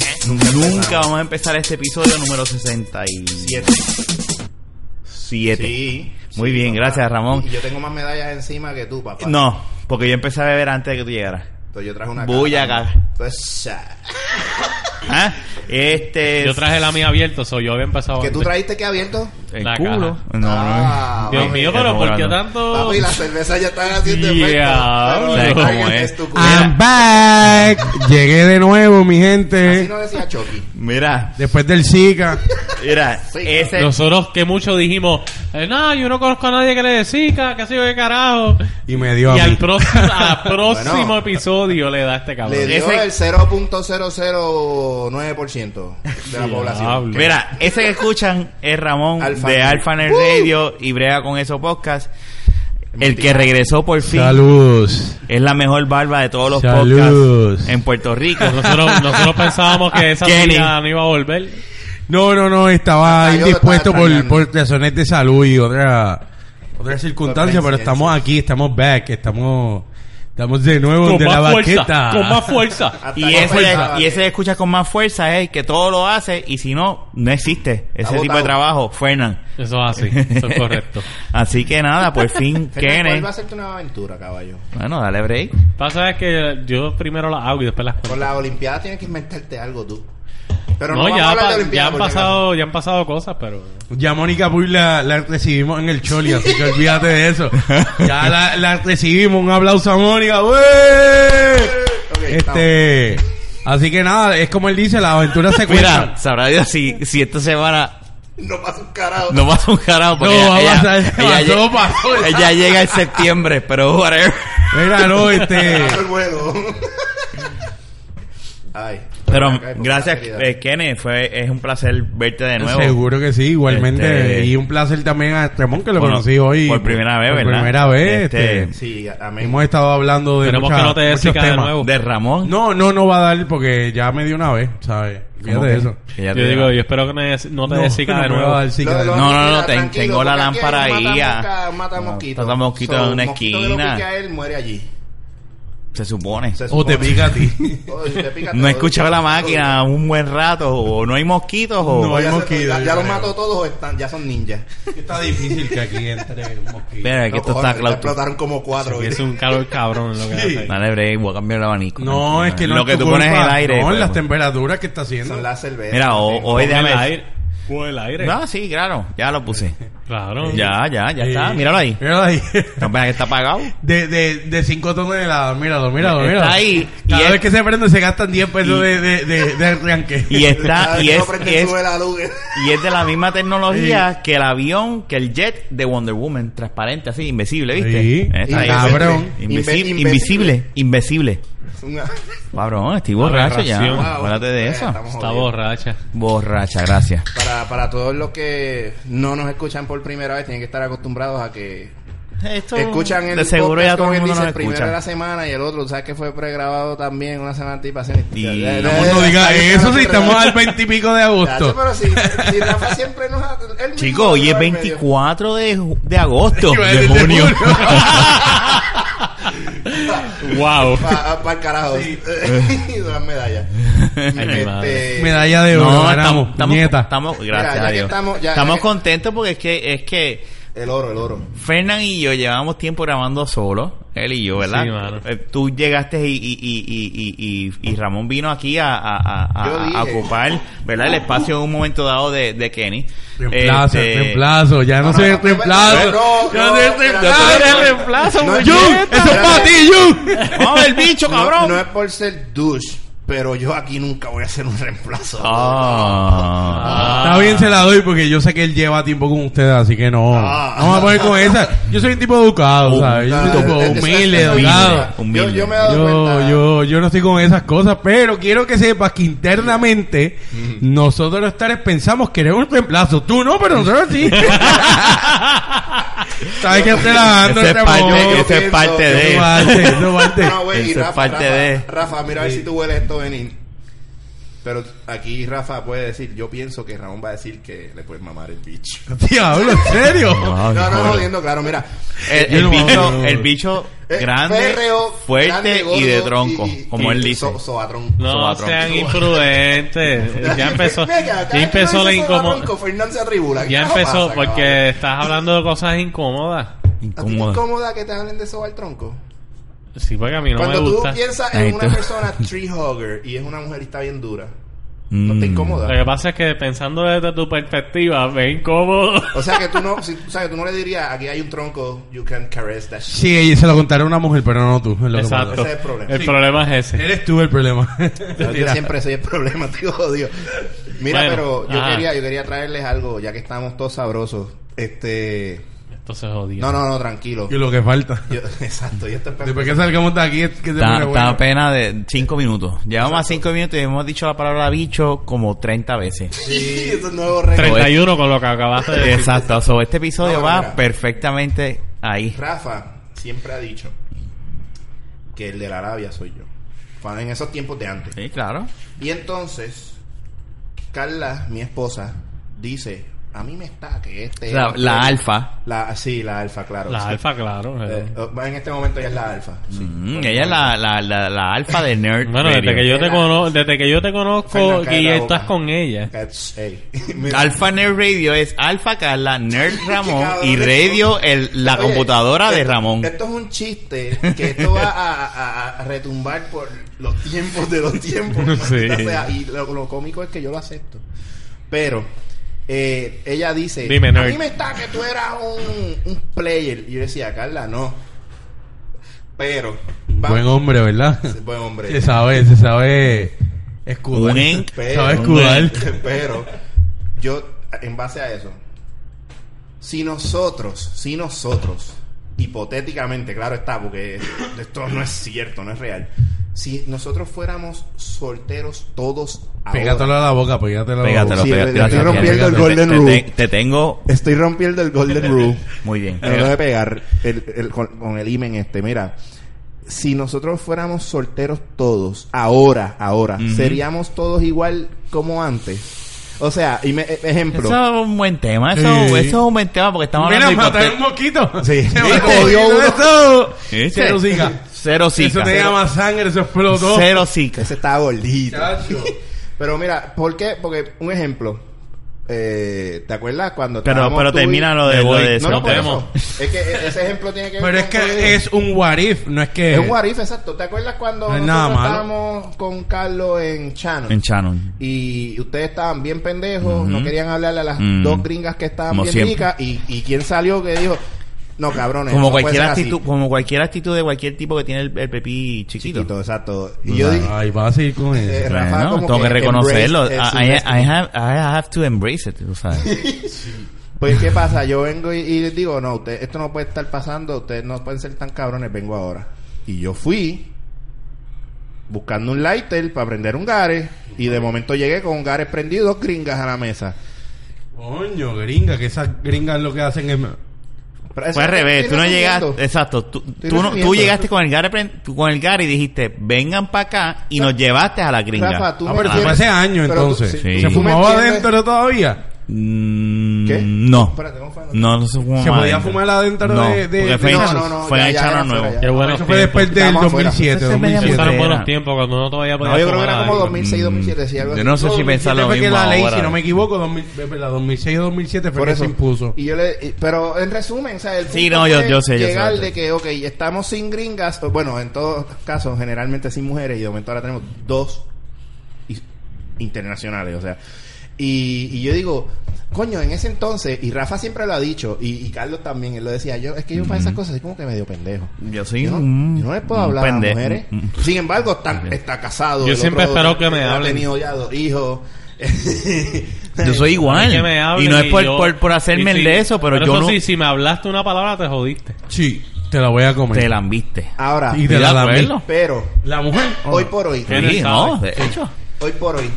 ¿Eh? que vamos a empezar este episodio número 67. Siete. Sí. Muy sí, bien, papá. gracias, Ramón. Y yo tengo más medallas encima que tú, papá. No, porque yo empecé a beber antes de que tú llegaras. Entonces yo traje una Voy a caja. cagar. Entonces, ah, ¿Ah? Este. Yo traje la mía abierta, soy yo habían Oh, pasado. ¿Que tú antes. trajiste que abierto? El la culo. caja. No, no. Ah, Dios ok. mío, Ya pero estamos ¿por qué grabando. tanto? Papi, las cervezas ya están haciendo efecto. Ya, Pero Oh. ¿sabes no cómo traigas es? tu culo. Ah. I'm back. Llegué de nuevo, mi Así eh. gente. no decía Chucky. Mira, Después del Zika. mira, Sí. ese. Nosotros que mucho dijimos, eh, no, yo no conozco a nadie que le dé zika, que sé yo qué carajo. Y me dio y a mí. al próximo, al próximo Bueno. episodio le da este cabrón. Le dio Ese- el 0.009% de la población. Diablo. Mira, ese que escuchan es Ramón Alfa de Nerd. Alfa Nerd Radio y brega con esos podcasts. El que regresó por fin Saludos. es la mejor barba de todos los Salud. podcasts en Puerto Rico. Nosotros, nosotros pensábamos que esa Jenny. tía no iba a volver. No, no, no. Estaba Hasta yo indispuesto estaba por, extrañando. por razones de salud y otra, otra circunstancia, pero Coincidencia. estamos aquí, estamos back, estamos, estamos de nuevo Con de la más fuerza, baqueta. con más fuerza. Hasta Y que ese, pensaba y que- ese que escucha con más fuerza es el que todo lo hace y si no, no existe ese Está tipo de botado. trabajo, Fernán. Eso es así, eso es correcto. Así que nada, por fin, Fernan, ¿cuál Kenneth. va a serte una aventura, caballo? Bueno, dale break. Pasa es que yo primero las hago y después las cuento. Con la Olimpiada tienes que inventarte algo tú. Pero no, No, vamos a ya, hablar de pa- ya Olimpiada. han por si pasado, ya han pasado cosas, pero Ya Mónica Puy la, la recibimos en el Choli, así que olvídate de eso. Ya la, la recibimos, un aplauso a Mónica. ¡Ué! Ok, este, así que nada, es como él dice, las aventuras se Mira, cuentan. sabrá Dios si, si esta semana acaso. No pasa un carajo. no pasa un carajo. No, Porque ella- va a ella- pasar, ella pasó, lle- pasó. Ella llega en septiembre, pero whatever. Mira, no, este, Pasó el vuelo. Ay. Pero acá hay poca gracias, seriedad. eh, Kenneth. Fue, es un placer verte de nuevo. seguro que sí, igualmente. Este- y un placer también a Ramón, que lo Bueno, conocí hoy. por primera vez, Por ¿verdad? primera vez, este, Este, Sí, amén. hemos estado hablando de Esperemos mucha- que no te dé muchos zika de temas. nuevo. De Ramón. No, no, no va a dar porque ya me dio una vez, ¿sabes? Fíjate que? eso. Que ya yo te- digo, yo espero que no- no te dé zika no de me nuevo. va a dar zika Lo de de los nuevo. No, no, no, mosquitos, ten- tranquilo, tengo la porque aquí lámpara hay ahí, Mata ah. mosca, mata mosquito. mata mosquito en una mosquito que lo esquina. pique a él, muere allí. Se supone. Se O te supone. pica a ti. O si te pica, te No lo- he escuchado la máquina un buen rato. O no hay mosquitos. O... No hay- Ya se- mosquito, Ya, ya yo los creo. mató todos, están, ya son ninjas. Está difícil que aquí entre un mosquito. Espera, que No, esto cojones, está ahorita claustrofóbico. explotaron como cuatro. ¿eh? Y es ¿viste? un calor cabrón lo que Sí. hace. Dale, break, voy a cambiar el abanico. No, es que no Lo es que tu tú pones en culpa. el aire. No, pues, las bueno. temperaturas que está haciendo. Son las cervezas. Mira, o- sí. hoy Pon el déjame. aire. Pon el aire. No, sí, claro. Ya lo puse. Claro. Ya, ya, ya Sí. está. Míralo ahí. Míralo ahí. No, espera, que está apagado. De, de, de 5 toneladas, míralo, míralo, Está míralo. ahí. Cada Y vez es- que se prende se gastan 10 pesos Y- de, de, de, de arranque. Y está, Cada y vez que es, no prende, y es, sube la luz. eh. y es de la misma tecnología que el avión, que el jet de Wonder Woman, transparente, así, invisible, ¿viste? Sí. Está ahí. Cabrón. Invisi- Invisible, Inve- invisible, Es una- Cabrón, estoy borracho Aberración. ya. Acuérdate de Eh, eso. estamos Está jodidos. borracha. Borracha, gracias. Para, para todos los que no nos escuchan por primera vez, tienen que estar acostumbrados a que Esto escuchan el de seguro podcast, ya todo como el quien mundo dice, nos el primero de la escucha. semana y el otro, ¿sabes que fue pregrabado también una semana de anticipación? Y- Ya, ya, ya, No, no ya, diga ya, ya, eso ya, si ya, estamos ya, al 20 y pico ya, de ya, agosto. Pero si, si Rafa siempre nos... ha- él mismo Chicos, hoy es nos va en medio. 24 de, ju- de agosto. Iba a De decir de junio. junio. wow. Para el carajo. Y las medallas. mi madre. Este, Medalla de oro, No, ganamos, estamos, estamos, nieta. estamos- gracias Mira, ya a que Dios. estamos- ya- ya Estamos que- contentos porque es que, es que El oro, el oro. Fernán y yo llevamos tiempo grabando solo, él y yo, ¿verdad? Sí, mano. Eh, Tú llegaste y, y, y, y, y, y- y Ramón vino aquí a, a- a- a- Yo a dije. ocupar, ¿verdad? El espacio en un momento dado de, de Kenny. Reemplazo, Este, reemplazo, ya no, no, soy no, el reemplazo. no, ya no, no soy el no, reemplazo. no, eres reemplazo, no, Yu, muñeca. eso es para ti, Yu. ¡Vamos, el bicho, No, cabrón! no es por ser douche, pero yo aquí nunca voy a ser un reemplazo. Ah. Está bien, se la doy porque yo sé que él lleva tiempo con ustedes, así que no. Ah. No me voy a poner con esa. Yo soy un tipo educado, ¿sabes? Yo soy un Eso- tipo eso- humilde, eso- eso- educado. Yo, yo me he dado Yo, cuenta. yo, yo no estoy con esas cosas, pero quiero que sepas que internamente nosotros los tres pensamos que eres un reemplazo. Tú no, pero nosotros sí. Sabes que estoy lavando Ese este el es parte- amor. ese es parte Yo Eso de... parte, eso parte. Ah, No, güey, Eso y es Rafa, parte Rafa, de- Rafa, mira a ver si tú hueles esto venir. Pero aquí Rafa puede decir, yo pienso que Ramón va a decir que le puedes mamar el bicho. Diablo, ¿en serio? No, no, no, jodiendo, claro, mira. El, Yo el no me bicho, acuerdo. el bicho Eh, grande, férreo, fuerte grande, y gordo de tronco, y- como y él dice. so- sobatrón. Soba No Trump. sean imprudentes. Ya empezó, Venga, cada ya vez que empezó uno la dice sobatronco, incómoda. Fernández se atribula. ¿Qué Ya carajo empezó pasa, porque estás hablando de cosas incómodas. cabrón? ¿A ti te Incómodo. incómoda que te hablen de sobar tronco? Sí, porque a mí no Cuando me tú gusta. piensas Ahí en una tú. persona tree hugger y es una mujer y está bien dura, Mm. no te Lo que incomoda. pasa es que pensando desde tu perspectiva, me incómodo. O sea que tú no, si, o sea que tú no le dirías, aquí hay un tronco, you can caress that shit. Sí, y se lo contaron a una mujer, pero no tú. es lo que Exacto. Ese es el problema. El Sí. Eh, problema es pasa. ese. Eres tú el problema. Yo siempre soy el problema, tío, jodido. Mira, Bueno, pero yo ajá. quería, yo quería traerles algo, ya que estamos todos sabrosos. Este, Entonces jodido. no, no, no, tranquilo. y lo que falta. Yo- exacto, yo estoy Después que salgamos de aquí, es que se Da, pone bueno. da pena de 5 minutos. Llevamos a 5 minutos y hemos dicho la palabra bicho como 30 veces. Sí, eso es nuevo récord. 31 con lo que acabaste de decir. Exacto. So, este episodio No, va mira. perfectamente ahí. Rafa siempre ha dicho que el de la Arabia soy yo. Cuando en esos tiempos de antes. Sí, claro. Y entonces, Carla, mi esposa, dice, a mí me está que este... La, la alfa. La- sí, la alfa, claro. La sí. alfa, claro. Eh, oh, en este momento ella es la alfa. sí. Mm, ella es la, la, la, la alfa del nerd. Bueno, desde radio. que yo te Era- conozco, desde que yo te conozco Fernan, cállate y la estás boca. con ella. That's- ey. Mira, Alfa Nerd Radio es Alfa Carla, Nerd Ramón cabrón, y esto- Radio el, la oye, computadora de esto- Ramón. Esto es un chiste que esto va a, a- a- a retumbar por los tiempos de los tiempos. Sí. O sea, y lo, lo cómico es que yo lo acepto. Pero eh, ella dice, Dime, a nerd. mí me está que tú eras un, un player. Y yo decía, Carla, no. Pero, va- Buen hombre, ¿verdad? buen hombre. Se sabe, se sabe escudar. Un enc. Sabe escudar. Pero yo, en base a eso, si nosotros, si nosotros, hipotéticamente, claro está, porque esto no es cierto, no es real. Si nosotros fuéramos solteros todos ahora. Pégatelo a la boca, pégatelo a la Pégatelo, boca. Sí, pégatelo. estoy gracias, rompiendo gracias. el Te- golden te- rule. Te tengo Estoy rompiendo el golden rule. muy bien. Me lo voy a pegar el- el- con, con el imen este. Mira, si nosotros fuéramos solteros todos, ahora, ahora, Ujú. seríamos todos igual como antes. O sea, y me- e- ejemplo. Eso es un buen tema. Eso, Sí. eso es un buen tema porque estamos Ven a hablando de matar un hipote- moquito. Sí. Se Sí, mató un jodió moquito de uno. todo. ¿Viste? Cero zika. Este, Cero Eso zika. tenía Cero- más sangre, eso explotó. Cero zika. Ese está gordito. Chacho. Pero mira, ¿por qué? Porque un ejemplo. eh, ¿Te acuerdas cuando Pero, estábamos pero tú y- termina lo de, Me lo voy. de No, no, por Contemos. eso. Es que e- ese ejemplo tiene que ver Pero es con todo que eso. es un what if, no es que... eh. Es un guarif, exacto. ¿Te acuerdas cuando No es nosotros nada malo. estábamos con Carlos en Chano? En Shannon. y ustedes estaban bien pendejos, Ujú. no querían hablarle a las Mm. dos gringas que estaban Como bien siempre. ricas y, y quién salió que dijo, no cabrones, Como eso puede cualquier ser así". actitud, como cualquier actitud de cualquier tipo que tiene el, el pepí chiquito. Chiquito, exacto. Y Y yo dije, Ay, vas a seguir con Eh, eso. Bueno, Rafa, como tengo que, que reconocerlo. I, embrace, eh, su I- destino. I have, I have to embrace it, tú sabes. pues ¿qué pasa? Yo vengo y, y les digo, no, usted, esto no puede estar pasando, ustedes no pueden ser tan cabrones, vengo ahora. Y yo fui buscando un lighter para prender un gare y de momento llegué con un gare prendido y dos gringas a la mesa. Coño, gringa, que esas gringas lo que hacen es... Ah, Pero eso Fue al es lo que revés, estoy tú no llegaste, resumiendo. exacto, tú, tú, no- tú resumiendo. llegaste con el Gary, pre- tú con el Gary y dijiste, vengan para acá y nos llevaste a la gringa. Rafa, tú Ah, me pero Ah, eso fue entiendes. hace años Pero tú- entonces. sí, ¿Se tú me fumaba entiendes. adentro todavía? Mm, ¿Qué? No, Espérate, ¿cómo fue? no, no se fumaba. ¿Se podía adentro. fumar adentro no, de- de- porque fue de- en- No, no, no, fue en ya, el ya Chano era nuevo. fuera, Qué Ah, bueno. Eso fue después del Estábamos afuera. 2007, Eso es media Esos 2007. Era. eran buenos tiempos cuando uno todavía podía No, yo creo que fumar era como algo. 2006, 2007, sí, algo Mm, Yo así. no sé si 2007 pensar lo fue que mismo la ley, ahora. si no me equivoco, 2000, es verdad, 2006 o 2007 fue Por que eso se impuso. Y yo le, y- pero en resumen, o sea, el Sí, punto no, yo- fue yo sé, yo sé, llegar yo sé. de que, ok, estamos sin gringas, o bueno, en todos casos, generalmente sin mujeres, y de momento ahora tenemos dos i- internacionales, o sea. Y, y yo digo, coño, en ese entonces, y Rafa siempre lo ha dicho, y, y Carlos también, él lo decía, yo, es que yo para esas cosas soy como que medio pendejo. Yo soy Yo no, un. yo no les puedo un hablar pendejo. a mujeres. Mm, Sin embargo, está, está casado. Yo el siempre otro espero que me ha hablen. tenido ya dos hijos. mm. Yo soy A igual. mí que me hablen y no es por, yo- por, por hacerme y el sí, de eso, pero, yo no sí, si me hablaste una palabra te jodiste. Sí, te la voy a comer. te lambiste. Ahora, Y te de la lamí. acuerdo. pero ¿La mujer? hoy por hoy, ¿Qué? Sí, él no, sabe. de hecho. hoy por hoy,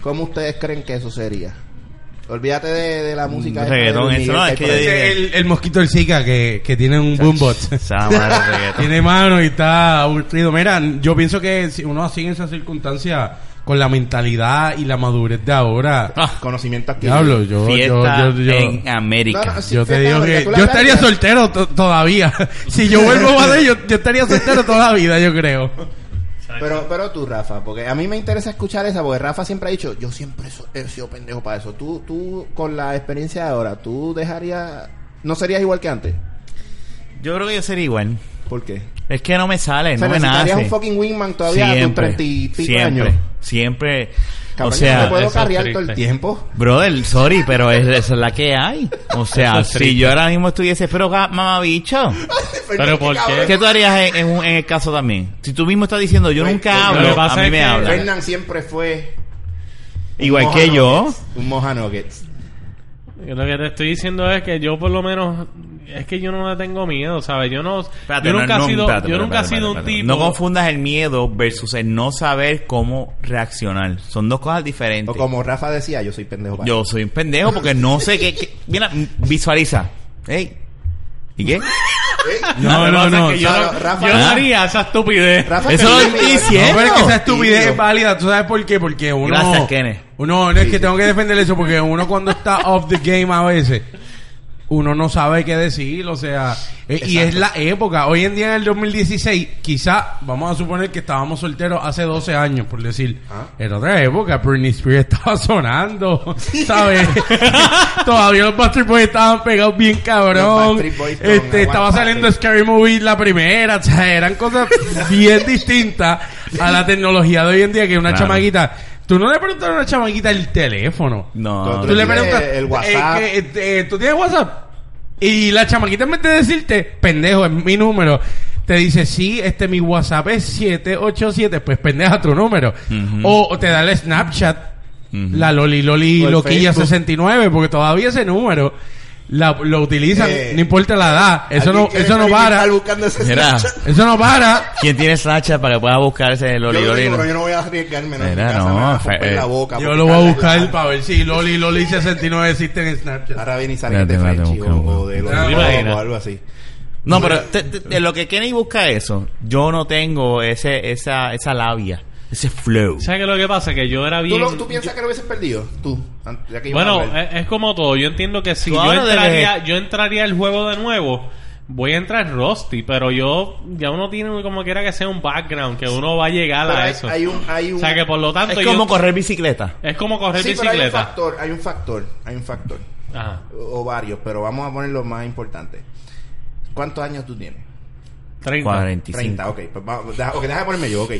¿cómo ustedes creen que eso sería? Olvídate de, de la música. esta de Mm, Reggaetón, Luis eso Miguel no, es que hay que por ahí. yo Ese es El, el mosquito del Zika que, que tiene un boombox. Esa madre de reggaetón. Tiene mano y está aburrido. Mira, yo pienso que si uno así en esas circunstancias, con la mentalidad y la madurez de ahora, Ah, Conocimiento activo. diablo, yo, yo, Fiesta yo, yo- en América. No, no, sí, yo te fiesta, digo porque que tú la yo estaría hablas- soltero to- todavía. si yo vuelvo a ver, yo, yo estaría soltero toda la vida, yo creo. Pero, pero tú, Rafa, porque a mí me interesa escuchar esa, porque Rafa siempre ha dicho, yo siempre so- he sido pendejo para eso. Tú, tú, con la experiencia de ahora, tú dejarías, no serías igual que antes. Yo creo que yo sería igual. ¿Por qué? Es que no me sale, O sea, no me nace. necesitarías un fucking wingman todavía a tus treinta y pico siempre, años. siempre. Cabrón, o yo no sea, te puedo eso es carrear todo el triste. tiempo. brother, sorry, pero es, esa es la que hay. O sea, Eso es si triste. yo ahora mismo estuviese, pero ga- mamabicho, Pero ¿por qué? ¿qué tú harías en, en un- en el caso también? Si tú mismo estás diciendo, yo Pues, nunca pues, hablo, lo que a pasa mí es me que- hablan. Fernan siempre fue un Igual moja que yo. nuggets, Un moja nuggets. Yo Lo que te estoy diciendo es que yo por lo menos es que yo no le tengo miedo, ¿sabes? Yo no Espérate, yo no, nunca no, he sido espérate, yo espérate, nunca he espérate, sido un espérate. tipo No confundas el miedo versus el no saber cómo reaccionar. Son dos cosas O diferentes. como Rafa decía, yo soy pendejo para Yo soy un pendejo porque no sé qué. qué- Mira, visualiza. Ey. ¿Y qué? No, no, no. que yo, Claro, no, Rafa- yo no Ah. haría esa estupidez. Rafa Eso es lo pendejo. dice. No, pero es que esa estupidez Tío. es válida, ¿tú sabes por qué? Porque uno... Gracias, Kenneth. Uno, no, es que tengo que defender eso, porque uno cuando está off the game a veces, uno no sabe qué decir, o sea... eh, y es la época. Hoy en día, en el 2016, quizá, vamos a suponer que estábamos solteros hace 12 años, por decir. Ah. Era otra época, Britney Spears estaba sonando, ¿sabes? Todavía los Bastard Boys estaban pegados bien Los cabrón. Backstreet Boys con Este, estaba Aguántate. saliendo Scary Movie la primera, o sea, eran cosas bien distintas a la tecnología de hoy en día que una Claro. chamaquita. Tú no le preguntas a una chamaquita el teléfono. No. Tú Tú le tienes preguntas. el WhatsApp. eh, que, este, eh, ¿Tú tienes WhatsApp? Y la chamaquita en vez de decirte, pendejo, es mi número. Te dice, sí, este mi WhatsApp es 787, pues pendeja tu número. Ujú. o, o te da el Snapchat, Ujú. la Loli Loli O el Loquilla Facebook. 69, porque todavía ese número la- lo utilizan, Eh, no importa la edad. Eso no, eso no para. Estar buscando ese Mira, Snapchat. Eso no para. ¿quién tiene Sacha para que pueda buscar ese Loli yo, Loli? digo, pero yo no voy a arriesgarme. No, En Mira, mi casa no, me van a fe- romper la eh, boca Yo porque lo voy a cada- buscar para ver si Loli Loli 69 existe en Snapchat. Ahora viene y sale de Espérate, Frenchy espérate, o, busca, o de los Ah, Lobos imagina. o algo así. No, pero te- te- te- lo que Kenny busca es eso. Yo no tengo ese, esa, esa labia, ese flow. ¿Sabes qué lo que pasa? Que yo era ¿Tú, bien lo- tú piensas que lo hubieses perdido? Tú. an- ya que iba a Bueno, eh, hablar. es, es como todo. Yo entiendo que si Tú yo ahora entraría, debes- yo entraría al juego de nuevo, voy a entrar Rusty, pero yo ya uno tiene como quiera que sea un background que uno va a llegar Pero a hay- eso. hay un- hay un- o sea que por lo tanto Es yo- como correr bicicleta. es como correr sí, pero hay un bicicleta. factor, hay un factor, hay un factor. Ajá. O o varios, pero vamos a poner lo más importante. ¿Cuántos años tú tienes? 30. 45. 30, ok. Pues vamos, deja, ok, déjame ponerme yo, ok.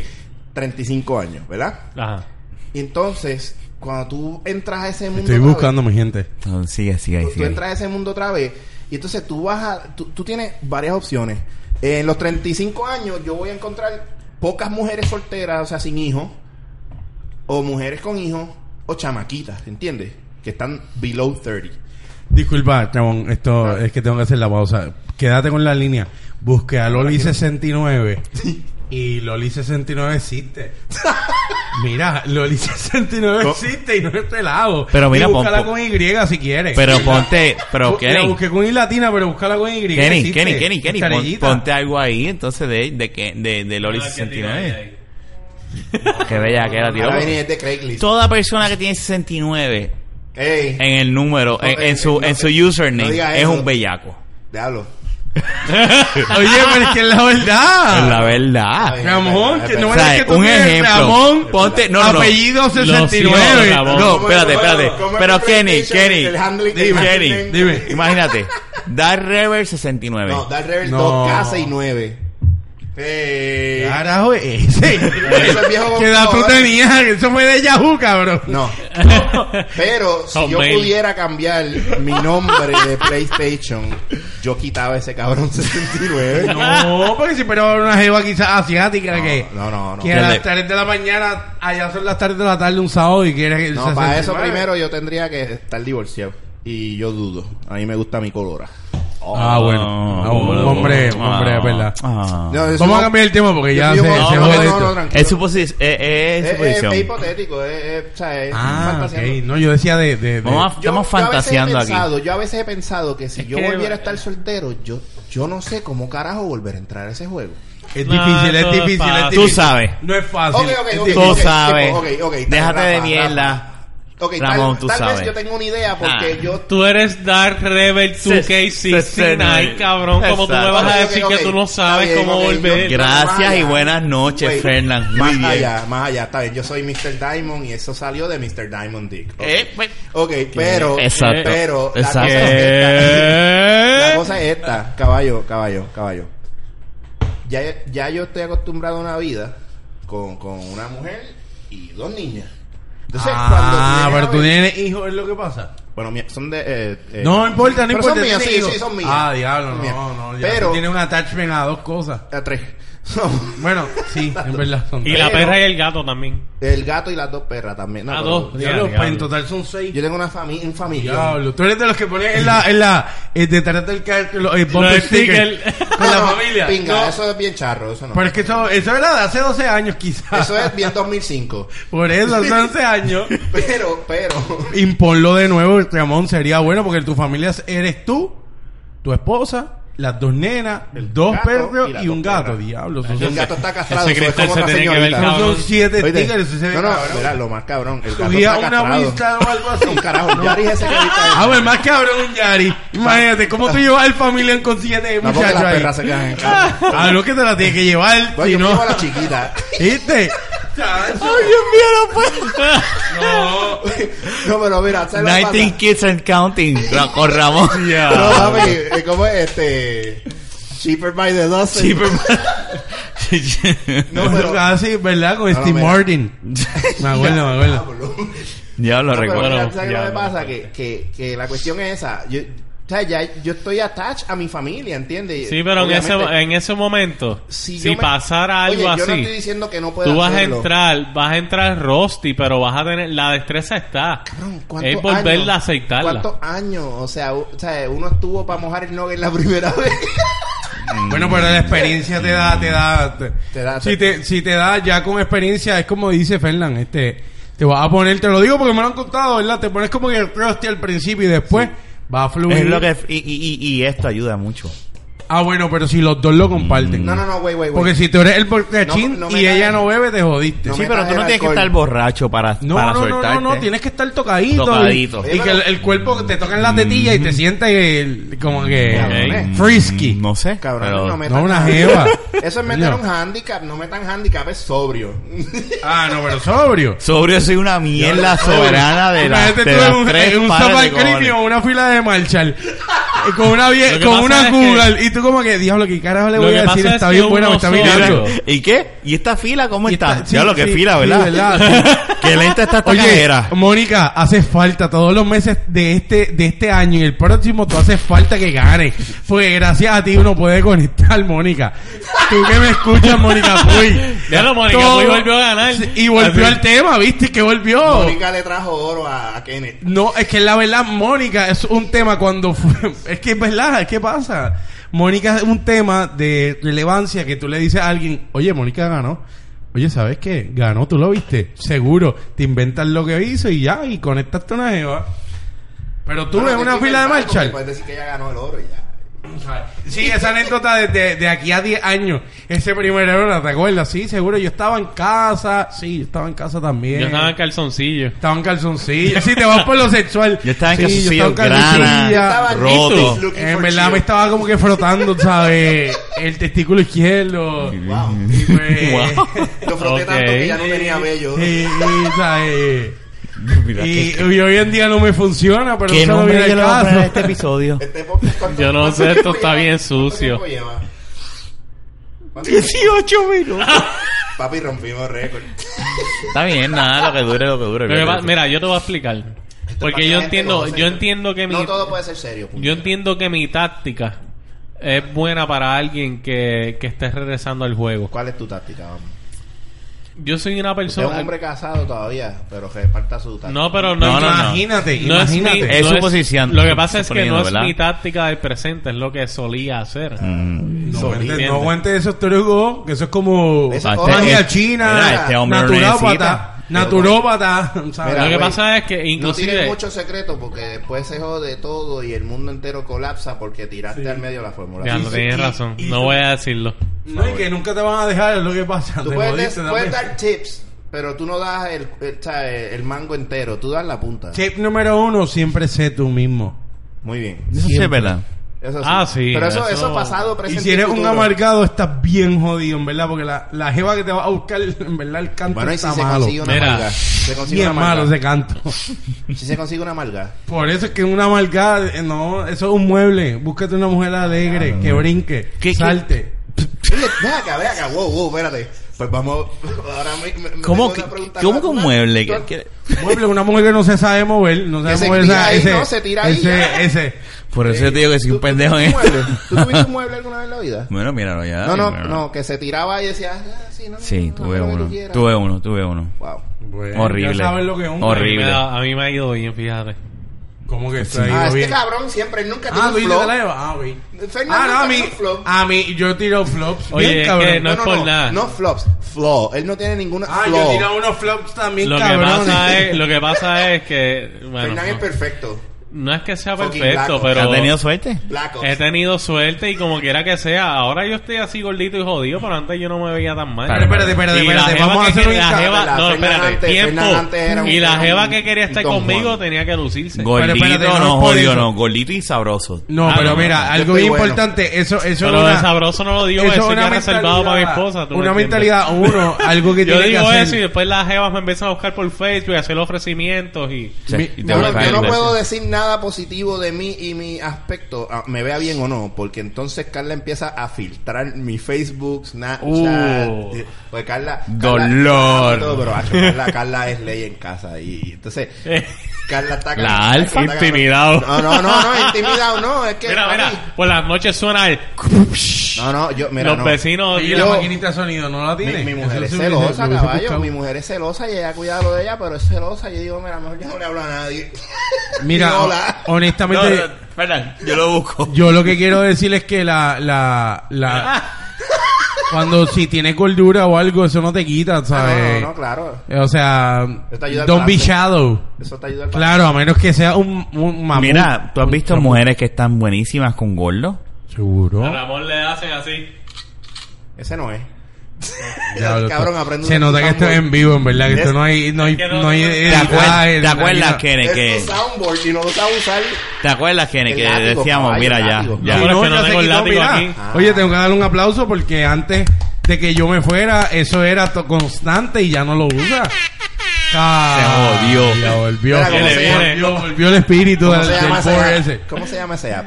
35 años, ¿verdad? Ajá. Y entonces, cuando tú entras a ese mundo... Estoy otra vez, buscando mi gente. No, sigue, sigue, ahí, tú, tú sigue. ahí. entras a ese mundo otra vez y entonces tú vas a... Tú, tú tienes varias opciones. en los 35 años yo voy a encontrar pocas mujeres solteras, o sea, sin hijos, o mujeres con hijos, o chamaquitas, ¿entiendes? Que están below 30. Disculpa, Ramón, esto Ah. es que tengo que hacer la pausa. Quédate con la línea. Busqué a Loli69 y Loli69 existe. Mira, Loli69 Co- existe y no es pelado. Pero mira, y búscala pon- con Y si quieres. Pero Mira, ponte, pero bu- La Kenny, busqué con I latina, pero búscala con Y. Kenny, existe. Kenny, Kenny, Kenny, pon- Estrellita. ponte algo ahí entonces de, de, que- de, de Loli 69. Qué bella que era, tío. Ahora viene este Craigslist. Toda persona que tiene 69 Ey, en el número, No, en, eh, en su, no, en su eh, no username, diga es eso. un bellaco. diablo. Oye, pero es que es la verdad. Es la verdad. Ay, Ramón, que no O es sea, que tú un tienes ejemplo. Ramón, Ponte, no, no, no. apellido Lo 69. sigo, Ramón. No, ¿Cómo espérate, es- espérate. cómo es Pero tu Kenny, PlayStation, Kenny. el handling que Dime, tiene? Kenny. dime. Imagínate. Dark Rever 69. No, Dark Rebel No. 2, K 69. Eh, Carajo, ese. Ese viejo ¿Qué edad tú bombón, ¿eh? tenías? Eso fue de Yahoo, cabrón. No. Pero si yo Homemade. pudiera cambiar mi nombre de PlayStation, yo quitaba ese cabrón 69. No, porque si pero era una jeva quizás asiática que, no, no, no. que a las Fíjate. 3 de la mañana, allá son las 3 de la tarde un sábado y quiere que No, para eso primero yo tendría que estar divorciado. Y yo dudo. A mí me gusta mi colora. Ah, bueno. Ah, un hombre, un hombre, es verdad. Ah. No, eso Vamos a no- cambiar el tema porque ya se, Yo digo, se no, no, jode no, esto. no, tranquilo. Es su posi- eh, eh, es su Es- es- posición. es hipotético, es, es- o sea, es Ah, ok. fantaseando. No, yo decía de... de- de- Vamos a- Estamos Yo- yo a veces he fantaseando aquí. pensado- Yo a veces he pensado que si Es yo que- volviera a estar soltero, yo, yo no sé cómo carajo volver a entrar a ese juego. Es No, difícil, es todo es difícil, es fácil. difícil. Tú sabes. No es fácil. Ok, ok, es ok. difícil. Tú sabes. ok, ok, está, Déjate de Rafa, mierda. Ok, Ramón, tal, tú tal sabes. vez yo tengo una idea porque Ah. yo... Tú eres Dark Rebel Se- 2K69, se- cabrón. Como tú me Exacto. vas a Ok, ok, decir ok. que tú no sabes Está bien, cómo ok, yo- volver? Gracias y Vaya. buenas noches, Wait, Fernán. Muy Más bien. allá, más allá, está bien. Yo soy Mr. Diamond y eso salió de Mr. Diamond Dick. Ok, Eh, pues- Ok, pero... Exacto. Pero... la Exacto. cosa es esta. La Eh, cosa es esta, caballo, caballo, caballo. Ya, ya yo estoy acostumbrado a una vida con, con una mujer y dos niñas. Entonces, Ah, cuando pero tú vienes a ver- tienes hijos, es lo que pasa. Bueno, mía- son de... eh, eh, No importa, no pero importa. Son mías, tienes sí, hijos. sí, son mías. Ah, diablo, Son mías. no, no. Ya pero... tú tienes un attachment a dos cosas. A Eh, tres. Bueno, sí, en verdad son Y tres. la Pero- perra y el gato también. El gato y las dos perras también. No, Ah, pero- dos. Diablo, Diablo. pues, en total son seis. Yo tengo una familia, un familia. Diablo, tú eres de los que ponen en la, en la, eh, detrás del carro, los eh, bumper Los stickers stickers. con la familia. Pinga, No, eso es bien charro, eso no. Pero es que eso, eso era de hace 12 años quizás. Eso es bien 2005. Por eso, hace 12 años. Pero, pero... Imponlo de nuevo, Ramón, sería bueno porque tu familia eres tú, tu esposa, las dos nenas, dos gato perros y las y, un dos gato. perras. Diablo, eso El son, gato está castrado. Ese eso es como cristal una se tiene que ver, señorita. esos son cabrón. siete Oíste, tigres. Eso se ve no, no, cabrón. mira, lo más cabrón. El gato Subía está una castrado. Winston o algo así. Un carajo, Yari es ese que Ah, ahorita bueno, más cabrón un Yari. Imagínate, ¿cómo tú llevas al familia con siete es. No, porque muchachos las ahí? perras se quedan en casa. Ah, no, que te la tienes que llevar. Bueno, si yo me llevo no, a la chiquita. ¿viste? pues. No. No, pero mira, ¿sabes lo que pasa? 19 kids and counting. Ra- Con Ramón. No, papi, eh, ¿cómo es este? Cheaper by the dozen. Sí, pues, pero- No, Eso pero- fue así, ¿verdad? Con No, no, Steve mira. Martin. Me acuerdo, me acuerdo. Diablo. Ya lo No, pero recuerdo. mira, ¿sabes lo Ya, que no, pasa? no. Que, que, que la cuestión es esa. Yo, o sea, ya, yo estoy attached a mi familia, ¿entiendes? Sí, pero en ese, Obviamente, en ese momento, si, si yo me- pasara algo Oye, así, yo no estoy diciendo que no pueda tú vas hacerlo. a entrar, vas a entrar Rosti, pero vas a tener, la destreza está. Cabrón, ¿cuántos es volverla a años? aceitarla. ¿Cuántos años? O sea, u- o sea, uno estuvo para mojar el nugget la primera vez. Ah, Bueno, pero la experiencia te da, te da, te, Te da- si te, si te da ya con experiencia, es como dice Fernán, este, te vas a poner, te lo digo porque me lo han contado, ¿verdad? Te pones como que el crusty al principio y después va a fluir. Es lo que, y, y, y- y esto ayuda mucho. Ah, bueno, pero si los dos lo comparten. no, no, no, güey, güey, güey. Porque si tú eres el borrachín No, no me y ella hagas- no bebe, te jodiste. No sí, me pero tú traje no el tienes que alcohol. estar borracho para, No, para no, no, soltarte. no, no, tienes que estar tocadito. Tocadito. Mm. Y, y que el, el cuerpo te toca en la tetilla y te sientes eh, como que Cabrón, frisky. No sé. Cabrón, pero- no me- No, una jeva. Eso es meter Coño. un handicap. No metan handicap, es sobrio. Ah, no, pero sobrio. Sobrio soy una mierda soberana de las, Imagínate de tú las en un, tres en un pares de Zapal cojones. Creepy o una fila de Marshall. eh, Con una, vie- Lo que con pasa una es Google. Y tú como que, diablo, ¿qué carajo le Lo voy que a decir? pasa es Está que bien buena, me uno está solo- mirando. Claro. ¿Y qué? ¿Y esta fila cómo Y está? está- sí, ya lo que sí, fila, sí, ¿verdad? ¿verdad? Qué lenta está esta Oye, cajera. Mónica, hace falta todos los meses de este de este año y el próximo tú haces falta que ganes. Porque gracias a ti uno puede conectar, Mónica. Tú que me escuchas, Mónica Puy. Ya lo, Mónica Todo- Puy volvió a ganar. Sí, Y volvió al tema, ¿viste? Que volvió. Mónica le trajo oro a, a Kenneth. No, es que la verdad, Mónica es un tema cuando fue. Es que es verdad, es que pasa. Mónica es un tema de relevancia que tú le dices a alguien, oye, Mónica ganó. Oye, ¿sabes qué? Ganó, tú lo viste. Seguro. Te inventas lo que hizo y ya, y conectaste una jeva. Pero tú ves Bueno, una te estoy fila de inventando, marcha. porque Puedes decir que ella ganó el oro y ya. Sí, esa anécdota de, de- de aquí a 10 años. Ese primer error, ¿te acuerdas? Sí, seguro. Yo estaba en casa. Sí, yo estaba en casa también. Yo estaba Eh. en calzoncillo. Estaba en calzoncillo. Sí, te vas por lo sexual. Yo estaba en Sí, calzoncillo, grana. Ah, Yo estaba roto. just looking En for verdad chill. me estaba como que frotando, ¿sabes? El testículo izquierdo. Wow. Y pues... Wow. Lo froté tanto Ok. que ya no tenía vello. y- y, ¿sabes? Mira, Y, qué- y hoy en día no me funciona, pero ¿Qué eso no nombre viene yo al le voy a poner a caso. este episodio? Este podcast, ¿cuánto- Yo no sé, cuánto esto tiempo está lleva? bien ¿Cuánto sucio. tiempo lleva? ¿Cuánto- 18 minutos. Papi, rompimos récord. Está bien, nada, lo que dure, lo que dure. Lo que pa- mira, yo te voy a explicar. Porque yo entiendo, yo entiendo que mi... No todo puede ser serio. punto. Yo entiendo que mi táctica es buena para alguien que, que esté regresando al juego. ¿Cuál es tu táctica? Vamos. Yo soy una Usted es un persona. hombre casado todavía, pero que parta su tato. No, pero No, no, no, no. imagínate, No es mi- imagínate. Es no suposición, Lo que pasa es que suponiendo, no es ¿verdad? mi táctica del presente, es lo que solía hacer. Mm. No Sorry. cuentes, no cuentes esos teorías, Hugo, que eso es como Esa- Este- magia este- china, mira, este hombre no naturópata, necesita. naturópata, ¿sabes? Mira, lo que güey, pasa es que No inclusive tienes mucho secreto porque después se jode todo y el mundo entero colapsa porque tiraste al medio la fórmula. Ya, no Sí, tienes y- razón. y- no voy a decirlo. No, y que nunca te van a dejar, es lo que pasa. Tú te puedes, jodiste puedes también. dar tips, pero tú no das el, el, o sea, el mango entero, tú das la punta. Tip número uno, siempre sé tú mismo. Muy bien. Eso sí Siempre. es verdad. Eso Ah, sí, Pero eso, eso- eso pasado, Y presente si eres un futuro. amargado, estás bien jodido, en verdad, porque la, la jeva que te va a buscar, en verdad, el canto Bueno, y si está se malo. consigue una Mira. amarga. Se consigue Bien una malo amarga. ese canto. Si se consigue una amarga. Por eso es que una amargada, eh, no, eso es un mueble. Búscate una mujer alegre, que brinque, ¿Qué- salte. Oye, ve acá, ve acá, wow, wow, espérate. Pues vamos, ahora me, me- me ¿Cómo tengo que, una pregunta ¿cómo más. que un mueble? Tú- ¿Qué- qué- Mueble, una mujer que no se sabe mover, no Que sabe se mover tira esa- ahí, ese, ¿no? Se tira ahí, ya. ese, ese. Por eso yo te digo que soy ¿tú- un pendejo ¿eh? en ¿tú, tuviste un esto. mueble? ¿Tú tuviste un mueble alguna vez en la vida? Bueno, míralo ya. No, no, Míralo. no, que se tiraba y decía, ah, sí, no, no, Sí, no, tuve no, no, uno. tú quieras. Tuve uno, tuve uno. Wow. Bueno, Horrible. ya sabes lo que es un A mí me Horrible. da- a mí me ha ido bien, fíjate. ¿Cómo que está ahí? Ah, este bien? cabrón siempre nunca tiene Ah, un ¿viste flow. la lleva? Ah, vi. Fernando Ah, no, a tiene mí, un flop. a mí, yo tiro flops. Oye, bien, es cabrón. que no- es por nada. No flops, flow. Él no tiene ninguna Ah, flow. yo tiro unos flops también, Lo que, cabrón. pasa es, lo que pasa es que. Bueno, Fernan es no, perfecto. no es que sea Fucking perfecto, blanco. pero. ¿Has tenido suerte? Black Ops. He tenido suerte y como quiera que sea, ahora yo estoy así gordito y jodido, pero antes yo no me veía tan mal. Pero espérate, espérate, Y la espérate, jeva vamos a que hacer un quería- la inca- jeva- Verdad, No, Fernan espérate, antes- tiempo. Fernan antes era un- y la era jeva un que quería estar Don conmigo Juan. tenía que lucirse. Gordito, espérate, no, no no, es por jodido, eso. no. Gordito y sabroso. No, Ah, pero no, mira, yo algo estoy bien bueno. importante, eso, eso pero es de una- sabroso no lo digo, eso eso, es ya una era reservado para mi esposa. tú me Una entiendes. mentalidad, uno, algo que Yo tiene que digo hacer. eso y después las jevas me empiezan a buscar por Facebook, hacer ofrecimientos y... Sí, Mi- y te Bueno, voy a yo no caer. puedo decir nada positivo de mí y mi aspecto, ah, me vea bien o no, porque entonces Carla empieza a filtrar mi Facebook, Snapchat. Uh. eh, Pues Carla. Carla- Dolor. No, pero, acho, Carla, Carla es ley en casa. Y y entonces, Carla está. La alfa. está- Intimidado. No, no, no, no, intimidado no. Es que. Mira, papi, mira, por las noches suena el... No, no, yo, mira. los no. vecinos... Y yo- la Yo- maquinita de sonido no la Mi, tiene. mi mujer es Eso se hubiese- celosa, lo hubiese caballo. buscado. Mi mumujer es celosa y ella cuida lo de ella, pero es celosa. Yo digo, mira, mejor yo no le hablo a nadie. Mira, Hola. No, honestamente, no, Fernan, yo lo busco. yo lo que quiero decir es que la, la, la, cuando si tienes gordura o algo, eso no te quita, Ah, no, ¿sabes? no, no, claro. O sea, Eso te ayuda al don't be balance. shadow. Eso te ayuda al Claro, a menos que sea un, un mamut. Mira, ¿tú has visto mujeres que están buenísimas con gordo? A Seguro. Ramón le hacen así. Ese no es. Diablo, Cabrón, esto- aprende Se un nota que esto soundboard. es en vivo, en verdad. Que esto Es- no hay, no hay, que no- no hay ¿Te ¿Te editaje, acuerdas, ¿te no hay acuerdas nada. Kene, Es que, tu soundboard y no lo sabe usar. ¿Te acuerdas, Kene, El que látigo, decíamos, caballo, mira el ya, látigo. ya. Sí, Ahora no, es que no ya se tengo el quitó, látigo mira. aquí. Ah. Oye, tengo que darle un aplauso porque antes de que yo me fuera, eso era to- constante y ya no lo usa. Ah, Se jodió. Ya volvió. Mira cómo Viene, se viene. Volvió, volvió el espíritu ¿Cómo del, se del llama board ese ese. app? ¿Cómo se llama ese app?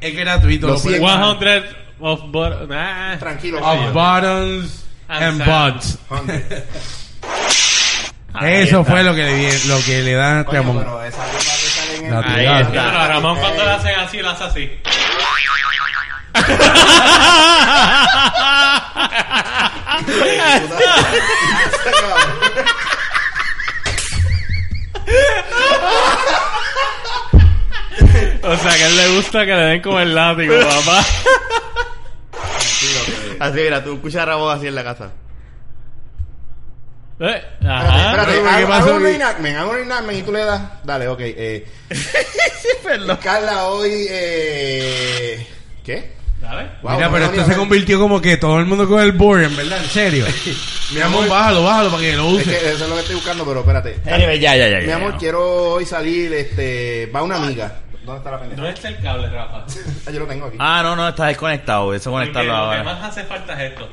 Es gratuito. Lo lo puedes- siento. 100 of... bor- nah. Tranquilo. Of buttons and And buds. Hunter. Eso fue lo que le, di- lo que le dan a este Coño, amor. pero esa cosa que sale en el- Ahí Mira, está. Sí, pero a Ramón cuando le hacen así, le hace así. O sea, que a él le gusta que le den como el látigo, papá. Así, Ah, mira, tú escuchas a Ramón así en la casa. Eh, Ah, Espérate, ¿qué Ah, espérate, hago- pasó hago un aquí? reenactment, hago un reenactment y tú le das. Dale, ok. Eh. Carla hoy. Eh... ¿Qué? ¿Sabes? Wow, Mira, pero no, esto mira, se mira. convirtió como que todo el mundo con el board, en verdad, en serio. Mi amor, bájalo, bájalo para que lo Es que use. eso es lo que estoy buscando, pero espérate. Anyway, ya, ya, ya. Eh, Mi ya, amor, ya. quiero hoy salir. Este, va una amiga. ¿Dónde está la pendeja? ¿Dónde está el cable, Rafa? Ah, yo lo tengo aquí. Ah, no, no, está desconectado. Eso Porque conectarlo Lo que ahora. más hace falta es esto.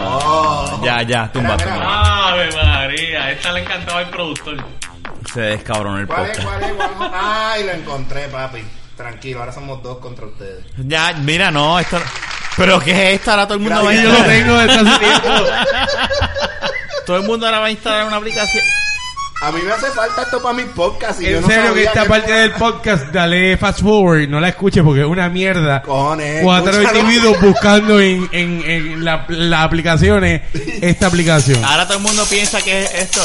Oh. Ya, ya, tumba, Espera, espera. tumba. ¡Ave María! a Esta le encantaba el productor. Se descabronó el ¿Cuál es? podcast. ¿Cuál es? Juanjo? Ay, lo encontré, papi. Tranquilo, ahora somos dos contra ustedes. Ya, mira, no, esto. ¿Pero qué es esto? Ahora todo el mundo va a Gracias, Yo lo instalar. tengo desde hace tiempo. Todo el mundo ahora va a instalar una aplicación. A mí me hace falta esto para mis podcasts. y yo En no serio que sabía esta que parte tú- del podcast, dale fast forward, no la escuches porque es una mierda. Cojones, Cuatro escúchalo. individuos buscando en, en, en la- las aplicaciones esta aplicación. Ahora todo el mundo piensa que es esto.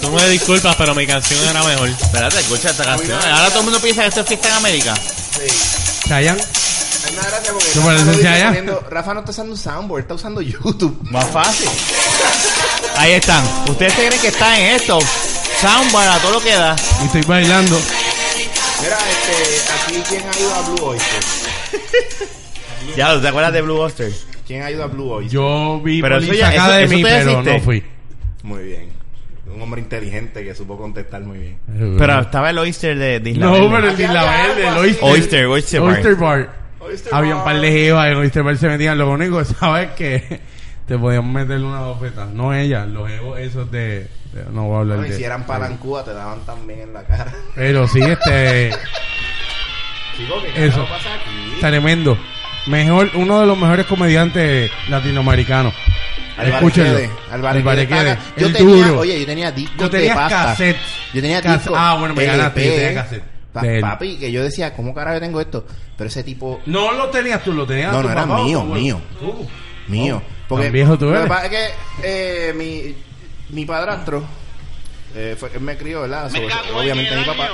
Tú me disculpas, pero mi canción era mejor. Espérate, escucha esta canción. Ahora todo el mundo piensa que esto es fiesta en América. Sí. Chayanne, Ay, me da gracia porque ¿Te Rafa parece no dice allá? poniendo- Rafa no está usando soundboard, está usando YouTube. Más fácil. Ahí están. Ustedes se creen que están en esto. Soundbar a todo lo que da. y estoy bailando. Mira, este, aquí quién ha ido a Blue Oyster. Ya, ¿te acuerdas de Blue Oyster? ¿Quién ha ido a Blue Oyster? Yo vi Pero por eso ya- sacada de eso- mí, eso todavía pero no existe. fui. Muy bien. Un hombre inteligente que supo contestar muy bien. Pero estaba el Oyster de Disney. no, pero el de Había la algo verde, el así. Oyster, oyster. Oyster Bar. Oyster Bar. Oyster Había un Bar. par de jevas en el Oyster Bar se metían. Lo único que sabes que te podían meter una bofeta. No ella, los jevos esos de... de- No voy a hablar Bueno, y de... si eran palancúa, te daban también en la cara. Pero sí, este... Chico, ¿qué Eso. carajo pasa aquí? tremendo. Mejor, uno de los mejores comediantes latinoamericanos. Escúchenlo. Albarequede. Albarequede. Albarequede. paga. El Yo tenía, duro. oye, yo tenía Tú discos de tenías pasta. cassette. Yo tenía Cas- discos. Ah, bueno, me LP. ganaste. Yo tenía cassette. Pa- De él. papi, que yo decía, ¿cómo carajo yo tengo esto? Pero ese tipo No lo tenías tú, lo tenías No, tu no, era papá o mío, tu abuelo. mío. Tú. mío. Porque tan viejo tú lo que eres. pasa es que eh, mi, mi padrastro, eh, fue- él me crió, ¿verdad? So- obviamente mi papá.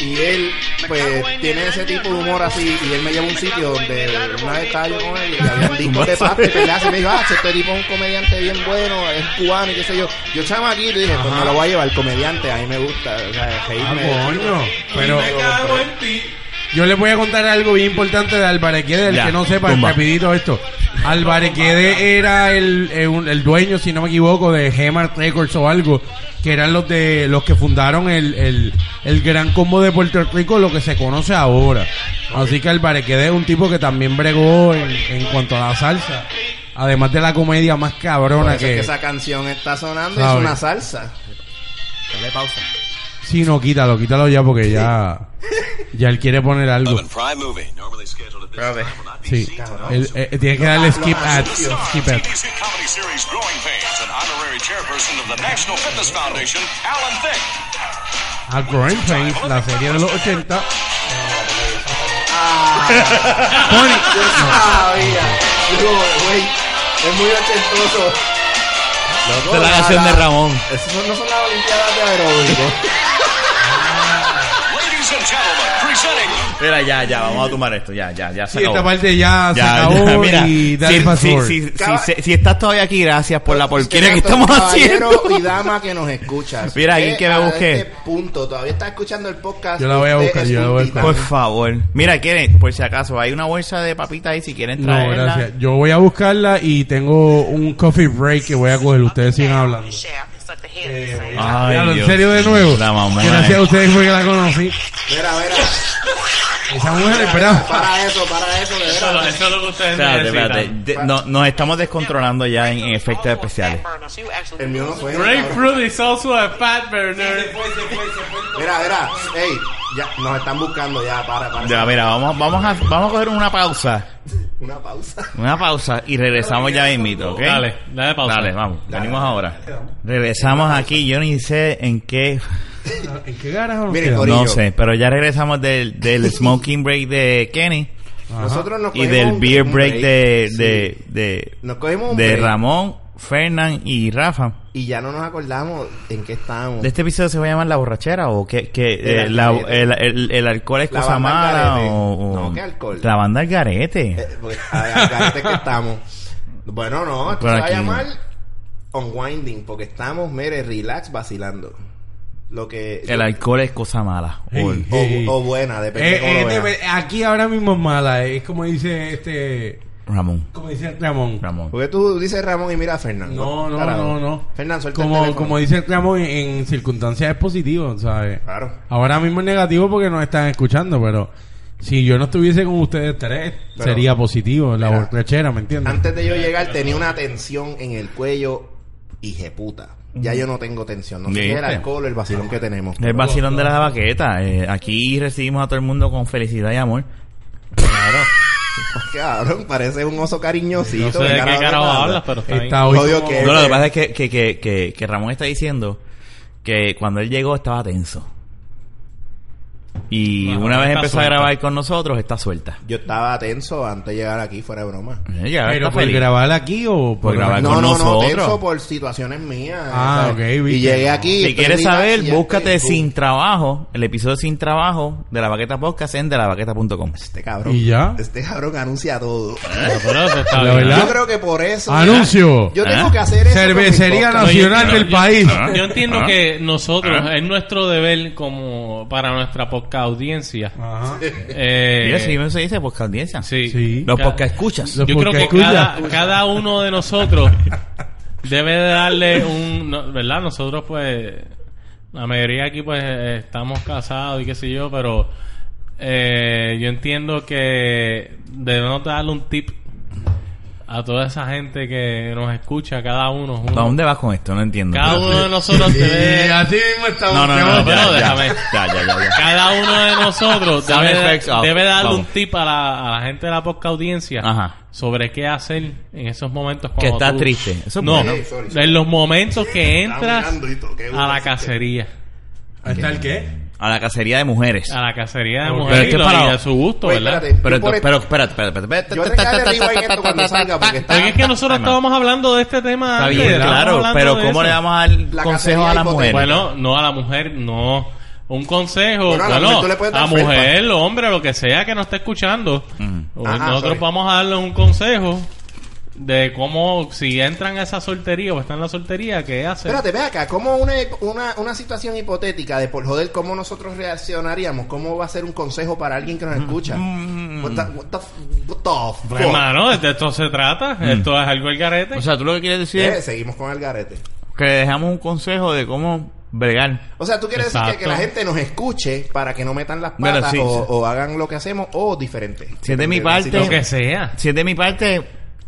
Y él, pues, tiene ese tipo de humor así. Y él me llevó a un sitio donde una vez estaba yo con él y había discos de pasta y peleas. Y me dijo, ah, si este tipo es un comediante bien bueno, es cubano y qué sé yo. Yo chama aquí y dije, pues me lo voy a llevar, comediante, a mí me gusta. O sea, Ah, reírme. coño. Pero me cago en yo les voy a contar algo bien importante de Albarequede, del Ya, que no sepa, tumba. rapidito esto. Albarequede era el, eh, un- el dueño, si no me equivoco, de Gemar Records o algo, que eran los de los que fundaron el, el, el gran combo de Puerto Rico, lo que se conoce ahora. Así que Albarequede es un tipo que también bregó en, en cuanto a la salsa, además de la comedia más Por cabrona eso es que, que esa canción está sonando y Sabe. es una salsa. Dale pausa. Sí, no, quítalo, quítalo ya porque ya. Ya él quiere poner algo. Oven Prime movie, normally scheduled at this Espérate. time, will not be Sí. seen tonight. Él, eh, tiene que darle skip ad. The star of Skip ad. TVC comedy series Growing Pains and honorary chairperson of the National Fitness Foundation, Alan Thicke. A Growing Pains, la serie de los 80. Yo sabía. Digo, güey, es muy atentoso. Esta es la canción de Ramón. Esas son- no son las Olimpiadas de aeróbico. Ladies and gentlemen, presenting Mira, ya, ya, vamos a tomar esto. Ya, ya, ya se Sí, esta acabó. parte ya, se Ya, acabó. ya, mira, y dale si, fast si- forward. si- si- Caba- si- si estás todavía aquí, gracias por la Pues, porquería que Gracias a estamos todos los caballeros haciendo. y dama que nos escuchas. Mira, alguien que me a busque. este punto todavía está escuchando el podcast. Yo la voy a usted buscar, es yo la voy a un buscar. Por titán. favor. Mira, quieren, por si acaso, hay una bolsa de papitas ahí si quieren No, traerla. gracias. Yo voy a buscarla y tengo un coffee break que voy a coger. Ustedes sigan hablando. Eh, Ay, Claro, en Dios. serio de nuevo. La mamá, Gracias a eh. ustedes fue que la conocí. Mira, mira. Esa mujer, espera. Para eso, para eso, de Eso, verdad. lo- eso es lo que ustedes Espérate, espérate. necesitan. De- no, nos estamos descontrolando ya en, en efectos especiales. El mío no fue. cabrón. Grapefruit is also a fat burner. Mira, mira. Ey, ya, nos están buscando ya. Para, para. Ya, mira, vamos, vamos, a, vamos a coger una pausa. Una pausa. Una pausa y regresamos ya mismito, ¿ok? Dale, dale pausa. Dale, vamos. Venimos ahora. Regresamos aquí. Yo ni sé en qué... ¿En qué carajo nos Mire, quedamos? Corillo. No sé, pero ya regresamos del, del smoking break de Kenny Nosotros nos y cogimos del un- beer un break de, sí. de, de, Nos cogimos un de break. Ramón, Fernán y Rafa. Y ya no nos acordamos en qué estábamos. ¿De este episodio se va a llamar La Borrachera o que, que eh, El la- algarete. el, el- el alcohol es La cosa banda mala algarete. o, o- No, ¿qué alcohol? La banda Algarete. Eh, porque a- a- garete que estamos. Bueno, no, esto Por se va a aquí. llamar unwinding, porque estamos, mire, relax vacilando. Lo que. el alcohol es cosa mala. O el- Sí. o, o buena, depende Eh, cómo eh, lo veas. debe- aquí ahora mismo es mala, eh. es como dice este, Ramón, como dice Ramón. Ramón. Porque tú dices Ramón y mira a Fernando. No, no, Carajo. no, no. Fernando, suelta el como, teléfono. como dice Ramón, en, en circunstancias es positivo, ¿sabes? Claro. Ahora mismo es negativo porque nos están escuchando, pero si yo no estuviese con ustedes tres, Pero- sería positivo la Mira. borrachera, ¿me entiendes? Antes de yo llegar tenía una tensión en el cuello, puta. Ya yo no tengo tensión. No sé qué ¿Viste? el alcohol, el vacilón que tenemos. El vacilón de la baqueta. eh, aquí recibimos a todo el mundo con felicidad y amor. Claro. Cabrón, parece un oso cariñosito. No sé de que qué carajo te carajo manda. hablas, pero está bien. Está hoy Odio como- que- No, lo que pasa es que, que, que, que, que Ramón está diciendo que cuando él llegó estaba tenso. Y Bueno, una vez está empezó suelta. a grabar con nosotros, está suelta. Yo estaba tenso antes de llegar aquí, fuera de broma. Ella Pero está pues, por feliz. grabar aquí o por Por grabar. grabar. No, Ah, con no, no, nosotros. tenso por situaciones mías. Ah, ¿sabes? ok, viste. Y llegué aquí. Si estoy quieres relax saber, y este ya búscate estoy- Sin Trabajo, el episodio Sin Trabajo de La Baqueta Podcast en delabaqueta.com. Este cabrón. ¿Y ya? Este cabrón anuncia todo. Pero, pero eso está La bien. verdad. Yo creo que por eso. Anuncio. Yo tengo ¿Ah? que hacer eso. con mi Cervecería podcast. Pero yo- Nacional pero del yo- país. Yo entiendo Ah. que nosotros, Ah. es nuestro deber como para nuestra podcast audiencia. Ajá. Eh, Y eso y eso se dice podcast audiencia. sí. Sí. Los Ca- podcast escuchas. Los Yo creo que podcasts cada, escuchas. cada uno de nosotros debe de darle un... no, ¿Verdad? Nosotros pues... La mayoría aquí pues eh, estamos casados y qué sé yo, pero eh, yo entiendo que debemos darle un tip a toda esa gente que nos escucha, cada uno. uno- ¿A dónde vas con esto? No entiendo. Cada uno de nosotros Y debe... así mismo estamos. No, no, no, No, no, pero ya, ya, déjame. ya, ya, ya, ya. Cada uno de nosotros Sound debe, effects up. debe darle Vamos. un tip a la, a la gente de la poca audiencia Ajá. sobre qué hacer en esos momentos Que cuando está tú- triste. Eso es no, bueno. Sí, sorry, sorry. en los momentos que Estaba entras mirando y todo, qué a bueno la que- cacería. ¿Ahí ¿Está el qué? A la cacería de mujeres. A la cacería de Pero mujeres esto y es para- a su gusto, Oye, ¿verdad? Pues, espérate, Pero, yo por entonces- esto- pero, espérate, espérate, espérate. Yo recargaré rewind esto cuando salga, porque está- Porque es que nosotros Está estábamos hablando de este tema Está antes, bien, estábamos claro, hablando pero de ¿cómo eso. le damos al La consejo cacería a la mujer? hipotética. Bueno, no a la mujer, no. Un consejo, Bueno, bueno, a la mujer tú le puedes dar a felpa. mujer, hombre, lo que sea que nos esté escuchando, Mm. o- Ajá, nosotros sorry. vamos a darle un consejo de cómo, si entran a esa soltería o están en la soltería, ¿qué hacer? Espérate, ve acá, como una, una, una situación hipotética de por joder cómo nosotros reaccionaríamos, cómo va a ser un consejo para alguien que nos Mm, escucha. What the, what the f- what the Pues, fuck? Mm. Hermano, de esto se trata, esto es algo el garete. O sea, tú lo que quieres decir Eh, es seguimos con el garete. que le dejamos un consejo de cómo bregar. O sea, tú quieres decir que, Exacto. que la gente nos escuche para que no metan las Bueno, patas sí, o, sí. o hagan lo que hacemos o diferente. Si es de mi Depende la parte- lo situación. que sea. Si es de mi parte,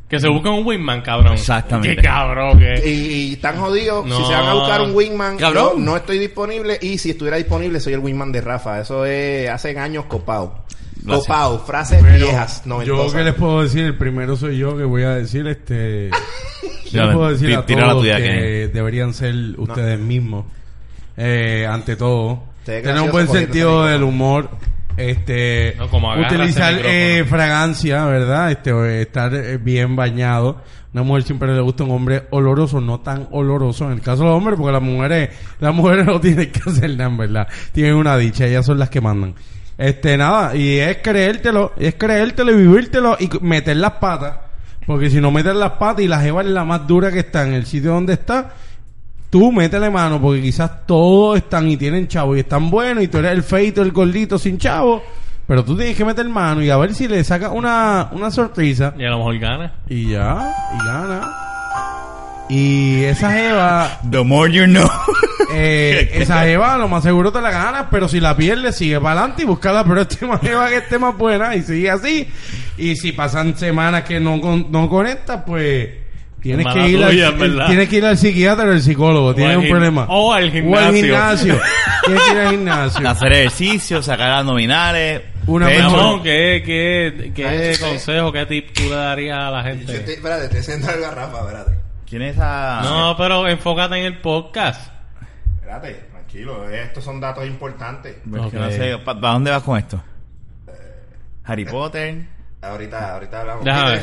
Que se busque un wingman, cabrón. Exactamente. Qué cabrón, que... Y, y están jodidos. No. Si se van a buscar un wingman, Cabrón. yo no estoy disponible. Y si estuviera disponible, soy el wingman de Rafa. Eso es hace años copao. Gracias. Copao, frases Pero viejas, yo noventosas. que les puedo decir, el primero soy yo que voy a decir este. Yo Dale, les puedo decir ti- a tira la todos tuya, que Kenny. deberían ser ustedes mismos. Eh, ante todo, Te ves tener un gracioso buen cogiendo sentido ese del humor. Este, No, como agarras utilizar el eh, micrófono. fragancia, ¿verdad? Este, o, eh, estar eh, bien bañado. Una mujer siempre le gusta un hombre oloroso, no tan oloroso. En el caso de los hombres, porque las mujeres, las mujeres no tienen que hacer nada, en ¿verdad? Tienen una dicha, ellas son las que mandan. Este, nada, y es creértelo, es creértelo y vivírtelo y c- meter las patas. Porque si no metes las patas y la jeva es la más dura que está en el sitio donde está, Tú métele mano porque quizás todos están y tienen chavo y están buenos y tú eres el feito, el gordito sin chavo. Pero tú tienes que meter mano y a ver si le sacas una, una sorpresa. Y a lo mejor gana. Y ya, y gana. Y esa jeva, the more you know. eh, esa jeva lo más seguro te la ganas, pero si la pierdes sigue para adelante y busca la próxima jeva que esté más buena y sigue así. Y si pasan semanas que no, con- no conectas, pues tienes Mala que, ir tuya, al, ¿verdad? tienes que ir al psiquiatra o al psicólogo, tienes al un gim- problema. o al gimnasio. gimnasio. tienes que ir al gimnasio. Hacer ejercicio, sacar las nominales. Una pecho. mejor- Ramón, ¿qué, qué, qué Ay, Ah, sí. consejo, qué tip tú le darías a la Yo te- gente? espérate, te siento algo a Rafa, espérate. ¿Quién es esa? No, pero enfócate en el podcast. Espérate, tranquilo, eh, estos son datos importantes. Porque Ok. Pues no sé, ¿pa- ¿Para dónde vas con esto? Harry Potter. Ahorita, ahorita hablamos. Déjame ver,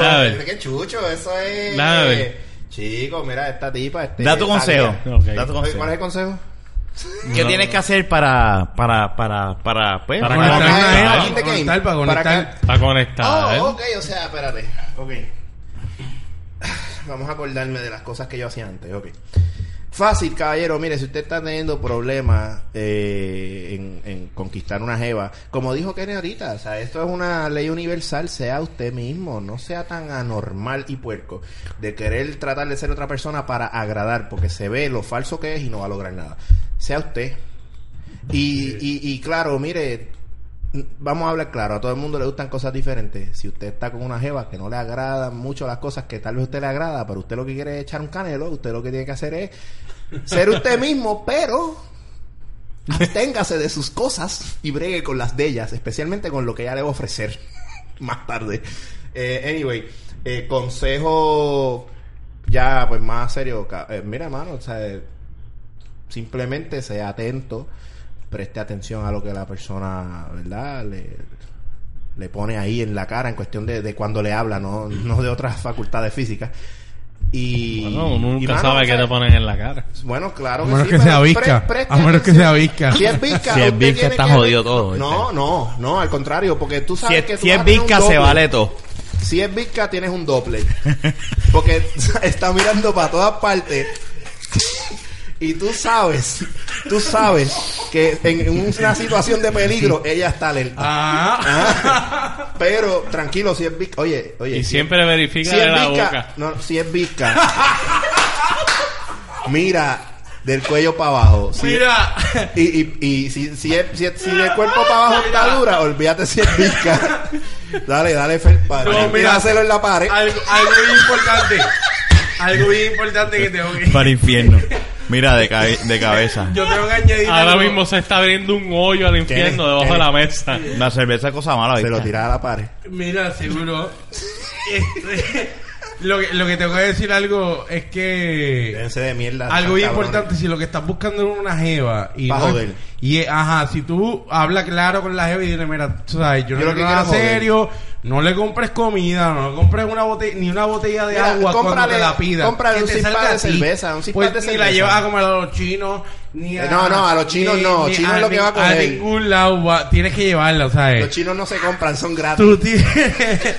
Déjame ver. Déjame ver. ¿Qué chucho? Eso es. Déjame ver. Chico, mira, esta tipa. Este, Da tu consejo. Oye, Ok. Da tu consejo. ¿Cuál es el consejo? ¿Qué tienes que hacer para, para, para, para, pues, Para para conectar acá, una acá, jeva, in the game. conectar para Para acá. conectar. Para conectar. Oh, ok, o sea, espérate. Ok. Vamos a acordarme de las cosas que yo hacía antes. Ok. Fácil, caballero. Mire, si usted está teniendo problemas eh, en, en conquistar una jeva, como dijo Kenny ahorita, o sea, esto es una ley universal. Sea usted mismo, no sea tan anormal y puerco de querer tratar de ser otra persona para agradar, porque se ve lo falso que es y no va a lograr nada. Sea usted. Y, y, y claro, mire, n- vamos a hablar claro, a todo el mundo le gustan cosas diferentes. Si usted está con una jeva que no le agradan mucho las cosas que tal vez a usted le agrada, pero usted lo que quiere es echar un canelo, usted lo que tiene que hacer es ser usted mismo, pero absténgase de sus cosas y bregue con las de ellas, especialmente con lo que ella le va a ofrecer. más tarde. Eh, anyway, eh, consejo ya pues más serio. ca- eh, mira, mano, o sea, eh, simplemente sea atento, preste atención a lo que la persona, ¿verdad? Le, le pone ahí en la cara en cuestión de, de cuando le habla, no, no de otras facultades físicas. Y, Bueno, uno y, nunca mano, sabe o sea, qué te ponen en la cara. Bueno, claro A menos sí, que pero sea visca. pre- preste A menos que atención. sea visca. Si es visca, Si es usted visca, tiene está que- jodido todo, No, ¿viste? no, no, al contrario, porque tú Si sabes que es, tú si vas es a tener un visca, se doble. vale todo. Si es visca, tienes un doble. Porque está mirando para todas partes. Y tú sabes, tú sabes que en una situación de peligro ella está alerta. Ah, Ah, Pero tranquilo, si es visca. Oye, oye. Y si- siempre verifica si de es la visca. boca. No, si es visca. Mira del cuello para abajo. Si- mira. y, y, y si, si, es- si, es- si el cuerpo para abajo está dura, olvídate si es visca. dale, dale, Fer, para. No, mira. Tíraselo en la pared. Algo, algo bien importante. Algo bien importante que tengo que. Para infierno. Mira, de, cabe- de cabeza. Yo tengo que añadir. Ahora algo. mismo se está abriendo un hoyo al infierno debajo de la mesa. La cerveza es cosa mala, Se lo ¿viste? tiraba a la pared. Mira, seguro. Este, lo, que, lo que tengo que decir algo es que. Déjense de mierda. Algo bien cabrones. importante, si lo que estás buscando es una jeva y Pa' no- joder. y eh, ajá, si tú habla claro con la jeva y dile, mira, tú sabes, yo no Yo lo quiero que nada quiero es joder. serio, no le compres comida, no le compres una botella, ni una botella de Mira, agua cuando cómprale- te la pida. cómprale Que un te six salga pack de a ti. cerveza, un six Pues pack de ni la cerveza. llevas a comer a los chinos, ni a... Eh, no, no, a los chinos no, ni chinos a es lo que ni- va a comer. ningún lado va- tienes que llevarla, eh, ¿sabes? Los chinos no se compran, son gratis. Tú tienes...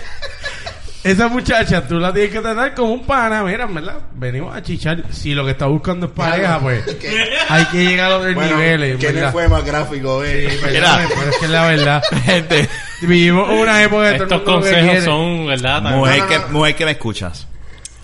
Esa muchacha, tú la tienes que tratar como un pana, mira, ¿verdad? Venimos a chichar. Si lo que está buscando es pareja, pues Que- hay que llegar a otros bueno, niveles, que no ¿verdad? fue más gráfico, eh. Sí, perdóname, Mira. pero es que es la verdad. Gente, Vivimos una época de todo Estos el mundo lo que quiere. consejos son, ¿verdad? Tan- mujer, no, que, no. mujer que me escuchas.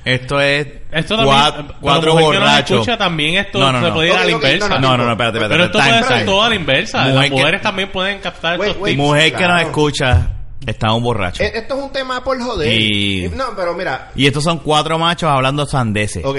Esto es Esto cua- también, eh, cuatro, pero mujer que no me borrachos. escucha, también esto No, no, se no. puede ir a la Ok, ok, inversa. No, no, no, espérate, espérate. Pero esto Time, puede ser time. todo a la inversa. Mujer Las que- mujeres también pueden captar Wait, estos wait. tips. Mujer que nos Claro. escucha, está un borracho. Eh, Esto es un tema por joder. Y- No, pero mira, Y estos son cuatro machos hablando sandeces. ok.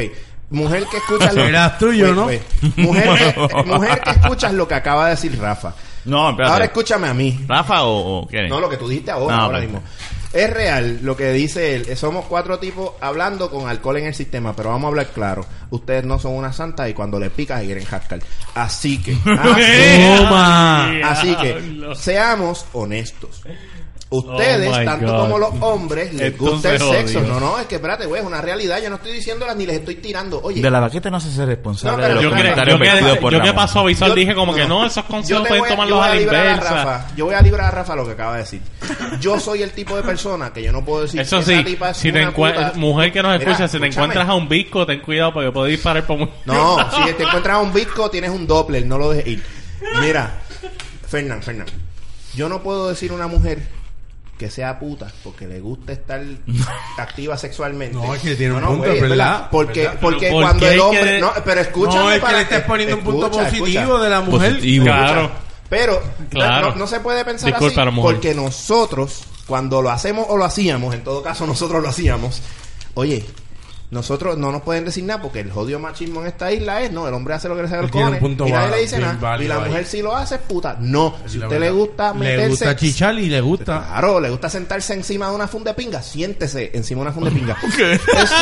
Mujer que escucha lo Eras tuyo, Wait, ¿no? wait. Mujer, que, mujer que escuchas lo que acaba de decir Rafa. No, espérate. Ahora escúchame a mí. ¿Rafa o, o quién es? No, lo que tú dijiste ahora, No, ahora pero- mismo. Es real lo que dice él. Eh, Somos cuatro tipos hablando con alcohol en el sistema, pero vamos a hablar claro. Ustedes no son una santa y cuando le picas quieren jascar. Así que, así, Toma. así que, seamos honestos. Ustedes, Oh my tanto God. como los hombres, les gusta el Entonces, sexo. odio. No, no, es que espérate, güey, es una realidad. Yo no estoy diciéndolas ni les estoy tirando. Oye, De la vaqueta no se hace responsable No, pero de Yo los Rafa, que, comentarios yo que- vertidos por yo que Ramón. pasó visual Yo- dije como que no, esos yo consejos te pueden voy a- tomarlos yo voy a la librar inversa. Rafa. Yo voy a librar a Rafa lo que acaba de decir. Yo soy el tipo de persona que yo no puedo decir. Eso "Esa sí, tipa es si te una encuentras, puta". mujer que nos Mira, escucha, si te escúchame. encuentras a un bisco, ten cuidado porque puede disparar por muy... No, si te encuentras a un bizco, tienes un Doppler, no lo dejes ir. Mira, Fernán, Fernán, yo no puedo decir una mujer que sea puta porque le gusta estar activa sexualmente. No, es que tiene un punto, güey, es verdad, Porque, verdad. porque Pero ¿por cuando qué el hay hombre. que- No, pero escúchame. No, es que para- le estás poniendo un punto escucha, positivo escucha. de la mujer. Positivo. Claro. Pero Claro. no, no se puede pensar Disculpa, así mujer. porque nosotros cuando lo hacemos o lo hacíamos, en todo caso nosotros lo hacíamos. Oye, nosotros no nos pueden decir nada porque el jodido machismo en esta isla es, no, el hombre hace lo que le sale el Él tiene cone un punto y nadie le válido, dice bien nada válido y la ahí. mujer si lo hace es puta. No, si La usted le verdad. gusta meterse Le gusta chichar y le gusta. Claro, le gusta sentarse encima de una funda de pinga. Siéntese encima de una funda de pinga. Eso,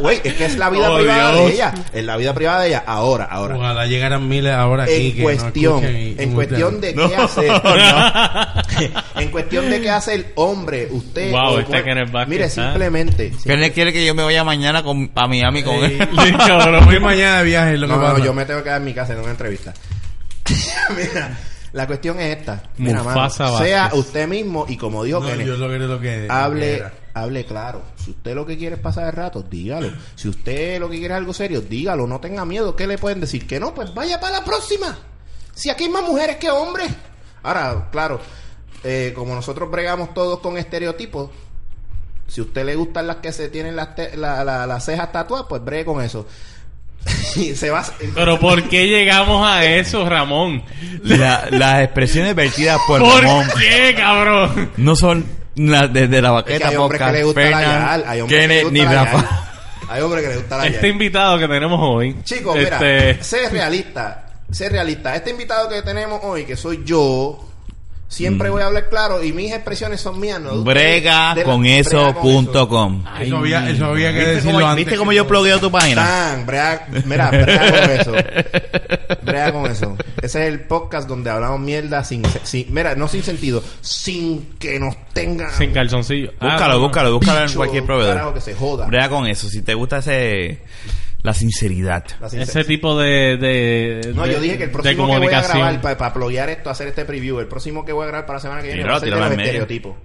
güey, es que es la vida Oh, privada Dios. de ella. Es la vida privada de ella. Ahora, ahora Ojalá llegaran miles ahora aquí. en que cuestión, no escuchen y- en y- cuestión de qué hacer, en cuestión de qué hace el hombre, usted, Wow, o este cual- Kenneth Vázquez mire está- simplemente, sí. ¿Quién le quiere que yo me vaya mañana con, a Miami con él? Sí, cabrón. Voy mañana de viaje, es lo no, que no, pasa. yo me tengo que quedar en mi casa en una entrevista. mira, la cuestión es esta, mira, mano, Mufasa Vázquez. sea usted mismo y como dijo No, Kenneth, yo logré lo que... hable, lo que era. hable claro. Si usted lo que quiere es pasar el rato, dígalo. Si usted lo que quiere es algo serio, dígalo. No tenga miedo. ¿Qué le pueden decir? Que no, pues vaya para la próxima. Si aquí hay más mujeres que hombres. Ahora, claro, eh, como nosotros bregamos todos con estereotipos, si a usted le gustan las que se tienen las, te- la- la- las cejas tatuadas, pues bregue con eso. y se va. Pero ¿por qué llegamos a eso, Ramón? La- las expresiones vertidas por, ¿Por Ramón qué, cabrón? no son las desde la Es que vaqueta hay hombres que podcast, le gusta la Fernan, yal, hay hombres que le Kenneth, gusta ni la Rafa. yal. Hay hombres que le gusta la Este yal. invitado que tenemos hoy. Chicos, este, mira, sé realista, sé realista. Este invitado que tenemos hoy, que soy yo, Siempre voy a hablar claro y mis expresiones son mías. No de ustedes. Mm. Brega De la- con brega eso punto eso. com. Eso había, eso había que ¿Viste decirlo cómo, antes. ¿Viste cómo yo plugueo tu página? Tan, brega, mira, brega con eso. Brega con eso. Ese es el podcast donde hablamos mierda sin, sin mira, no sin sentido, sin que nos tengan Sin calzoncillo. Ah, Búscalo, no. búscalo, búscalo en bicho, cualquier carajo, proveedor. que se joda. Brega con eso. Si te gusta ese la sinceridad. La Ese sinceridad. tipo de, de- No, de- yo dije que el de próximo que voy a comunicación. grabar para apoyar esto, hacer este preview, el próximo que voy a grabar para la semana que viene Tíralo, va a ser de tíralo los en medio. estereotipos.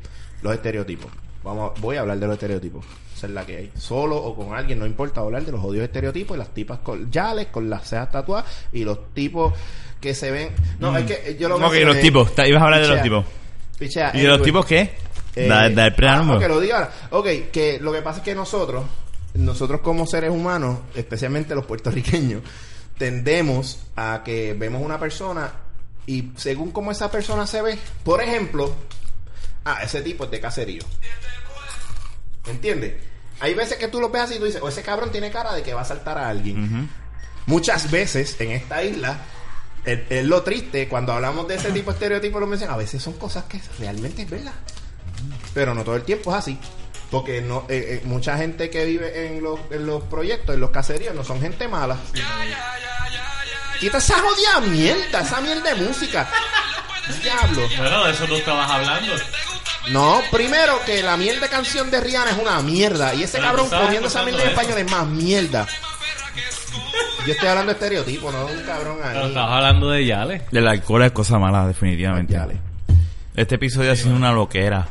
Los estereotipos. Vamos, voy a hablar de los estereotipos. Esa es la que hay. Solo o con alguien, no importa hablar de los odios estereotipos y las tipas con yales, con las cejas tatuadas y los tipos que se ven. No, es que yo lo ¿Cómo que mencioné. Mm. los tipos? Ta- Ibas a hablar de los Pichea. tipos. Pichea, ¿Y de los anyway. tipos qué? Eh, Da, da el ah, preámbulo. que lo diga ahora. Ok, que lo que pasa es que nosotros, nosotros como seres humanos, especialmente los puertorriqueños, tendemos a que vemos una persona y según cómo esa persona se ve, por ejemplo, ah, ese tipo es de caserío. ¿Entiendes? Hay veces que tú lo ves así y tú dices, o ese cabrón tiene cara de que va a saltar a alguien. Ujú. Muchas veces en esta isla es, es lo triste cuando hablamos de ese tipo de estereotipos lo mencionan. A veces son cosas que realmente es verdad, pero no todo el tiempo es así. Porque no eh, eh, mucha gente que vive en los, en los proyectos, en los caseríos, no son gente mala. Quita esa jodida mierda, esa mierda de música. Diablo. Bueno, de eso tú estabas hablando. No, primero que la mierda de canción de Rihanna es una mierda. Y ese Pero tú cabrón estabas poniendo esa mierda en escuchando español es más mierda. Yo estoy hablando de estereotipo, no de un cabrón Pero ahí. estabas hablando de Yale. El alcohol es cosa mala, definitivamente. Dale. Este episodio ha sido una loquera.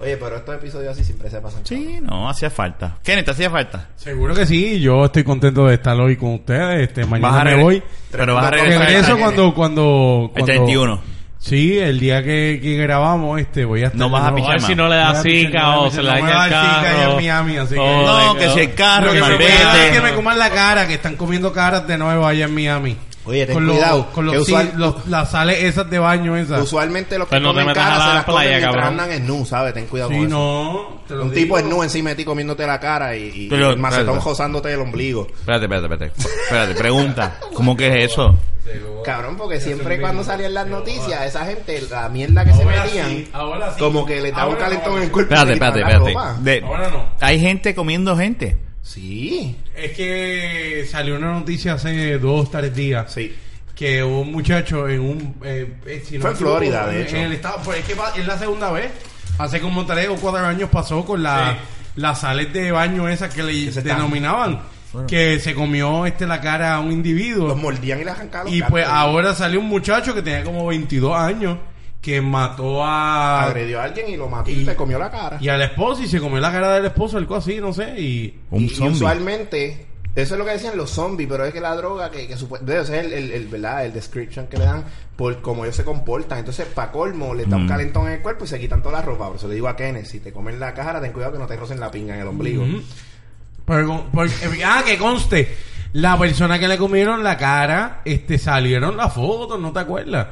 Oye, pero estos episodios así siempre se pasan. Sí, no, hacía falta. Kenneth, ¿te hacía falta? Seguro que sí, yo estoy contento de estar hoy con ustedes. Este, mañana me regre- voy. Pero vas a No, regresar. Regreso Viene. cuando, cuando, El cuando- 31. Sí, el día que, que grabamos, este, voy a estar. No vas a de O nuevo. a ver Chama. si no le No, da no, zika no, o se no la me daña el va a dar zika allá carro. en Miami, así que- O No, de- que si el carro, Lo el que me preocupa es que me malvete. coman la cara, que están comiendo caras de nuevo allá en Miami. Oye, ten con los- cuidado, con los, que sí- usual- los- las sales esas de baño esas. Usualmente los que Pero no te comen metas cara a la se las playa, comen mientras cabrón. andan en nu, ¿sabes? Ten cuidado Sí, con eso. no. te lo Un tipo digo. en nu encima de ti comiéndote la cara y, y Pero- el macetón espérate. josándote el ombligo. Espérate, espérate, espérate. Espérate, pregunta. ¿Cómo que es eso? Cabrón, porque siempre cuando salían las noticias, esa gente, la mierda que se Ahora metían, sí, ahora sí. como que le daba un Ahora calentón no. en el cuerpo. Espérate, y le espérate, quitaban la espérate. ropa. De- Ahora no. Hay gente comiendo gente. Sí, Es que salió una noticia hace dos, tres días. sí. Que hubo un muchacho en un. eh, eh, si no Fue en me equivoco, Florida, de en- hecho. En el estado. Pues es que va- es la segunda vez. Hace como tres o cuatro años pasó con la, las sales de baño esas que le se denominaban. Que se comió este la cara a un individuo. Los mordían y les arrancaban los Y pues cantos. ahora salió un muchacho que tenía como 22 años que mató a Agredió a alguien y lo mató y Y- le comió la cara. y a la esposa y se comió la cara del esposo, algo así, no sé, y Un y, y zombie. usualmente, eso es lo que decían los zombies, pero es que la droga que, que supue- de- ese es el, el, el, ¿verdad? el description que le dan por cómo ellos se comportan. Entonces, pa' colmo, le da un Mm. calentón en el cuerpo y se quitan toda la ropa. Por eso le digo a Kenneth, si te comen la cara, ten cuidado que no te rocen la pinga en el ombligo. Mm-hmm. Ujú. Pero con- por- eh, ah, que conste, la persona que le comieron la cara, este salieron las fotos, ¿no te acuerdas?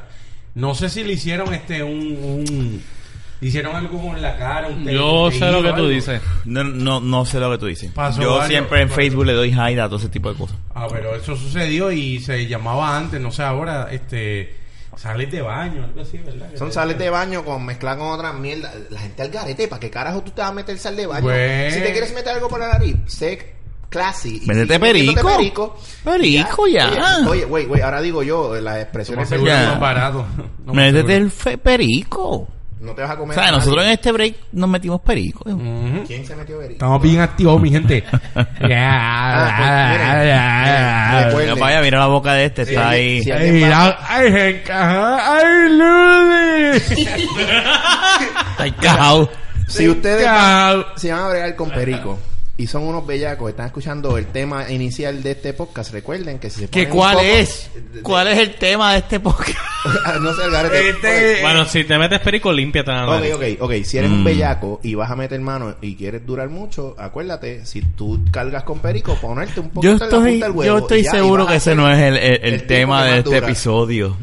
No sé si le hicieron este un, un- le hicieron algo con la cara, un te- Yo un sé lo tejido que o tú algo. dices. No, no, no sé lo que tú dices. Pasó Yo varios- siempre en varios. Facebook le doy hide a todo ese tipo de cosas. Ah, pero eso sucedió y se llamaba antes, no sé ahora, este sales de baño, algo así, ¿verdad? Son sales de baño con mezcla con otras mierdas. La gente al garete, ¿para qué carajo tú te vas a meter sal de baño? Güey. Si te quieres meter algo por la nariz, sé classy. Y Pues- Métete si- metiéndote perico. perico. Perico, ya. Oye, Oye, güey, güey, ahora digo yo, eh, las Lo más expresiones. seguro Ya. es más barato. Lo más Métete seguro. el fe- perico. No te vas a O comer. a sea, nadie. nosotros en este break nos metimos perico. Ujú. ¿Quién se metió perico? Estamos bien activos, mi gente. pues, Ah, pues, miren, miren, Mira, vaya, mira la boca de este, está ahí. sí, Ay, mira, ay, gente, ajá, ay, Luli. Está encajado. Si ustedes Chao. van- se van a bregar con Perico y son unos bellacos, están escuchando el tema inicial de este podcast, recuerden que si se ¿Que ponen un ¿Cuál poco- Ah, es? ¿Cuál es el tema de este podcast? no sé, el garete. Este- Bueno, si te metes perico, límpiate la Ok, nariz. ok, ok. Si eres Mm. un bellaco y vas a meter mano y quieres durar mucho, acuérdate, si tú cargas con perico, ponerte un Yo poquito en la estoy, punta del yo huevo. estoy y ya, y seguro vas a que ese ser- no es el, el- el el tipo tema que de más este dura. episodio.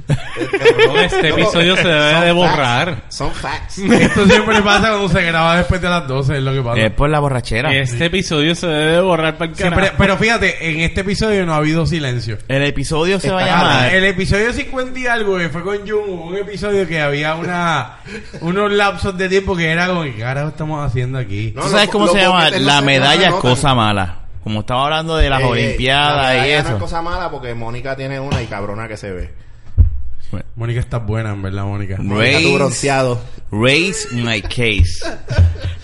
No, Este episodio se debe de borrar. Son facts. Esto siempre pasa cuando se graba después de las 12, es lo que pasa. Eh, es Eh, por la borrachera. Este episodio se debe borrar para el Siempre- carajo. pero fíjate, en este episodio no ha habido silencio. El episodio se va a Está llamar El episodio 50 y algo es porque fue con Jun hubo un episodio que había una unos lapsos de tiempo que era como, ¿qué carajo estamos haciendo aquí? No, ¿Tú sabes lo- cómo lo se llama? coquetes no La se- no medalla se es notan. cosa mala. Como estaba hablando de las Eh, eh, la Olimpiadas medalla y No es eso. cosa mala porque Mónica tiene una y cabrona que se ve. Mónica está buena, en verdad, Mónica. Mónica, tú Raise- bronceado. Raise my case.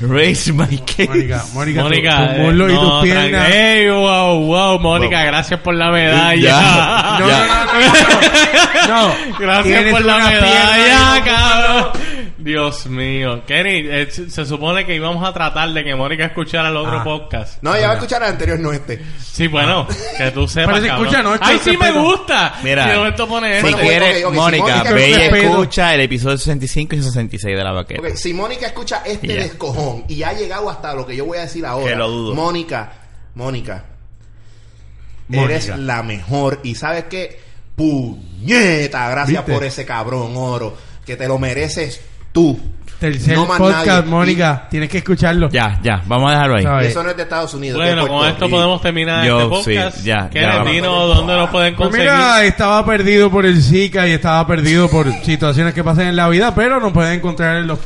Raise my case. Mónica, Mónica, tu, Mónica, tu muslo eh, y no, tus piernas. tranqui- ¡Ey, wow, wow! Mónica, Wow. gracias por la medalla. Ya. No, no, no, no, no. No. Gracias Tienes por la una pierna medalla, y- cabrón. Dios mío. Kenny, eh, se se supone que íbamos a tratar de que Mónica escuchara el otro Ah. podcast. No, ya va a escuchar el anterior, no este. Sí, bueno, que tú sepas. Pero si cabrón. escucha, no, es que ¡Ay, se sí me pega. gusta! Mira, Si de momento pone Si eso. Bueno, ok, quieres, ok, ok, si Mónica, Mónica ve y escucha- escucha el episodio 65 y 66 de la baqueta. Ok, si Mónica escucha este Ya. descojón y ha llegado hasta lo que yo voy a decir ahora, Que lo dudo. Mónica, Mónica, Mónica. eres la mejor y sabes qué, puñeta, gracias ¿Viste? por ese cabrón oro, que te lo mereces tú. Tercer No más podcast, nadie. Mónica. Tienes que escucharlo. Ya, ya, vamos a dejarlo ahí. Y ¿Sabes? eso no es de Estados Unidos. que Bueno, es con Puerto esto Rico. podemos terminar Yo, este podcast. sí, ya, Kenny, ya vamos. dinos dónde nos pueden Pues conseguir. mira, estaba perdido por el Zika y estaba perdido por situaciones que pasan en la vida, pero nos pueden encontrar en los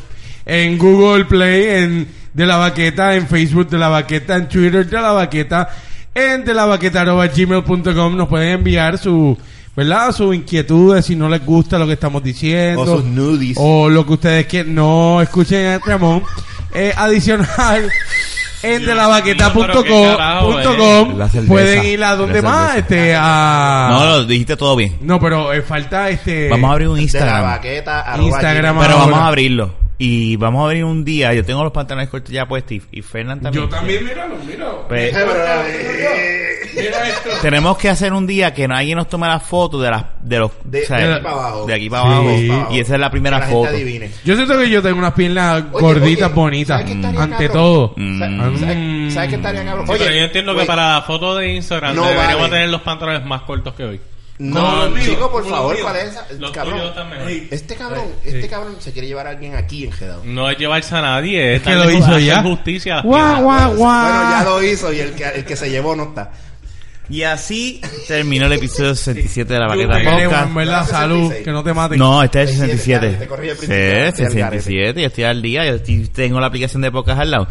en Google Play, en De La Baqueta, en Facebook De La Baqueta, en Twitter De La Baqueta, en de la gmail.com nos pueden enviar su ¿verdad? sus inquietudes, si no les gusta lo que estamos diciendo. O sus nudies. O lo que ustedes que no escuchen a Ramón. Eh, adicional en de la Pero qué carajo, eh. La cerveza. pueden ir a donde La más cerveza. este Ah. a No, lo dijiste todo bien. no, pero eh, falta este. Vamos a abrir un De la Instagram. baqueta, arroba Instagram, gmail. ahora. Pero vamos a abrirlo. Y vamos a abrir un día. Yo tengo los pantalones cortos ya puestos y, y Fernan también. Yo también, míralo, míralo. Pues, eh, Mira esto. tenemos que hacer un día que nadie nos tome la foto de las de los De- de aquí para abajo. de aquí para Sí. abajo. De aquí para abajo. y esa es la primera Que la foto gente adivine. Yo siento que yo tengo unas piernas gorditas, oye, bonitas. ¿sabes qué estaría Ante cabrón? todo. Mm. ¿Sabes, Mm. sabes, sabes qué estaría cabrón? Sí, pero yo entiendo que güey, para la foto de Instagram No deberíamos vale. tener los pantalones más cortos que hoy. No, No, chico, mío, por no, favor, mío. ¿cuál es esa? Los tuyos Cabrón. están mejor. Ey. Este cabrón, Ey, este ey. cabrón se quiere llevar a alguien aquí enjedado. No es llevarse a nadie, es que darle lo hizo hacer ya. justicia. a las Guau, piernas. guau, Bueno, ya guau. lo hizo y el que, el que se llevó no está. Y así terminó el episodio 67 de la Tú, baqueta que le podcast. en verdad, salud, 66. que no te maten. No, este es el 67, te 67. corrí al Sí, este principio, estoy al 67, yo estoy al día, yo estoy- tengo la aplicación de podcast al lado.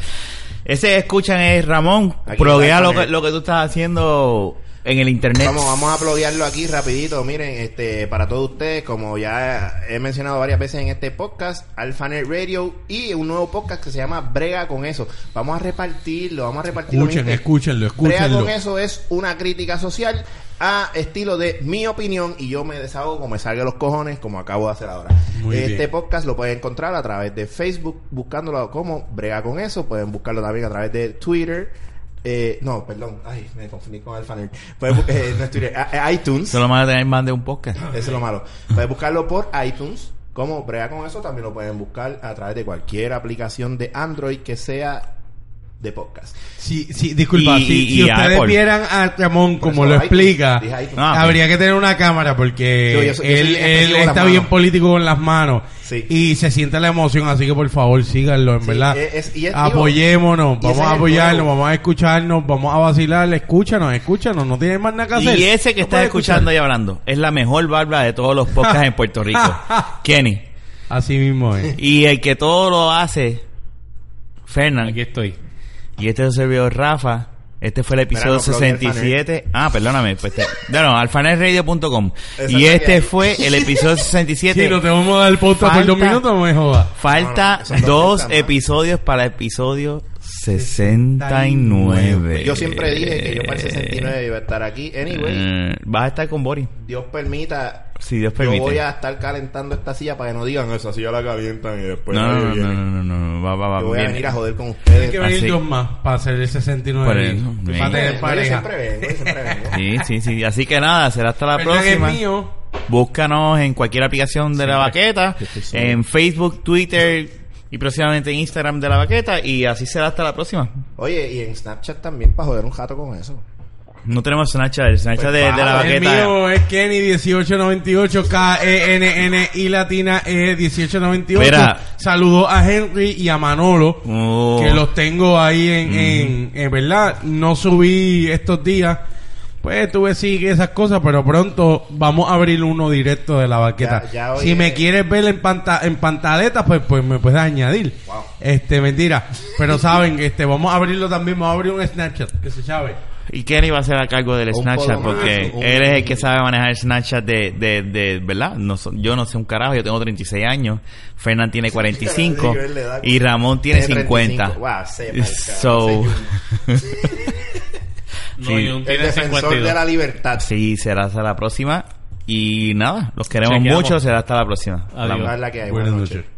Ese que escuchan es Ramón, Aquí proguea está, lo con que, él. lo que tú estás haciendo en el internet. Vamos, vamos a aplaudirlo aquí rapidito. Miren, este, para todos ustedes, como ya he mencionado varias veces en este podcast, Alphanet Radio y un nuevo podcast que se llama Brega con eso. Vamos a repartirlo, vamos a repartirlo. Escuchen, gente. escúchenlo, Brega escúchenlo. con eso es una crítica social a estilo de mi opinión y yo me desahogo como me salga los cojones, como acabo de hacer ahora. Muy este bien. podcast lo pueden encontrar a través de Facebook, buscándolo como Brega con eso. Pueden buscarlo también a través de Twitter. Eh, no, perdón, ay, me confundí con Alphanet. Pueden bu- eh, no es Twitter, a- a- iTunes. Solo van a tener más de un podcast. Eso es lo malo. Puedes buscarlo por iTunes. Como brega con eso, también lo pueden buscar a través de cualquier aplicación de Android que sea de podcast. Si, si, disculpa, Y- si, y si ustedes Apple. vieran a Ramón Por como eso, lo iTunes. explica, Dije iTunes. Ah, habría que tener una cámara porque Yo- yo soy- yo soy él, bien él expresivo con está las bien manos. político con las manos Sí. y se siente la emoción, así que por favor síganlo, en Sí, verdad. es- es- y es- Apoyémonos, digo, y ese vamos a es el apoyarnos, nuevo. vamos a escucharnos, vamos a vacilar, escúchanos, escúchanos, no tienes más nada que hacer. Y ese que No estás puedes escuchando escuchar. y hablando es la mejor barba de todos los podcasts en Puerto Rico. Kenny. Así mismo es. Y el que todo lo hace, Fernan. Aquí estoy. Y este es el servidor Rafa. Este fue el episodio Mira, no, plug el 67. Ah, perdóname. Pues te- no, no, alfanerradio.com. Esa Y es la que este hay. fue el episodio Si 67. no te vamos a dar posta por dos Falta- minutos, no me jodas. Falta No, no, eso no dos cuenta más. episodios para episodio 69. Yo siempre dije que yo para el 69 iba a estar aquí. Anyway, Eh, vas a estar con Boris. Dios permita. Si Dios Mm. permite. Yo voy a estar calentando esta silla para que no digan esa silla la calientan y después No, nadie no, no, viene". no, no, no, no, va, va, va. Yo voy a viene. venir a joder con Hay que ustedes. venir Así. dos más para hacer el Ah, 69. Por eso, para bien. tener No, yo pareja. siempre vengo, yo siempre vengo. Sí, sí, sí. Así que nada, será hasta la Fernan es próxima. mío. Búscanos en cualquier aplicación de la baqueta, estoy solo. en Facebook, Twitter y próximamente en Instagram de la baqueta. Y así será hasta la próxima. Oye, y en Snapchat también para joder un jato con eso. No tenemos Snapchat, el Snapchat Pues de, de la para, El baqueta. mío es Kenny 1898 K E N N I latina E 1898. Mira. Saludo a Henry y a Manolo Oh. Mm. que los tengo ahí en, en, en verdad no subí estos días Pues tuve sí que esas cosas, pero pronto vamos a abrir uno directo de la banqueta. Ya- ya, oye. si me quieres ver en, panta- en pantaletas, pues, pues me puedes añadir. Wow. Este, mentira. Pero saben, este, vamos a abrirlo también, vamos a abrir un Snapchat, que se sabe. Y Kenny va a ser a cargo del Un Snapchat poco más, porque un- él es el que sabe manejar el Snapchat de, de, de ¿verdad? No, so- yo no sé un carajo, yo tengo 36 años, Fernán tiene 45 Yo le da- y Ramón tiene Tiene 50. 35. Wow, se marca, so, No, Sí. y un El tiene defensor 52. de la libertad. sí, será hasta la próxima. Y nada, los queremos Chequeamos. mucho, será hasta la próxima. Adiós. La verdad que hay. Buenas Buenas noches. noches.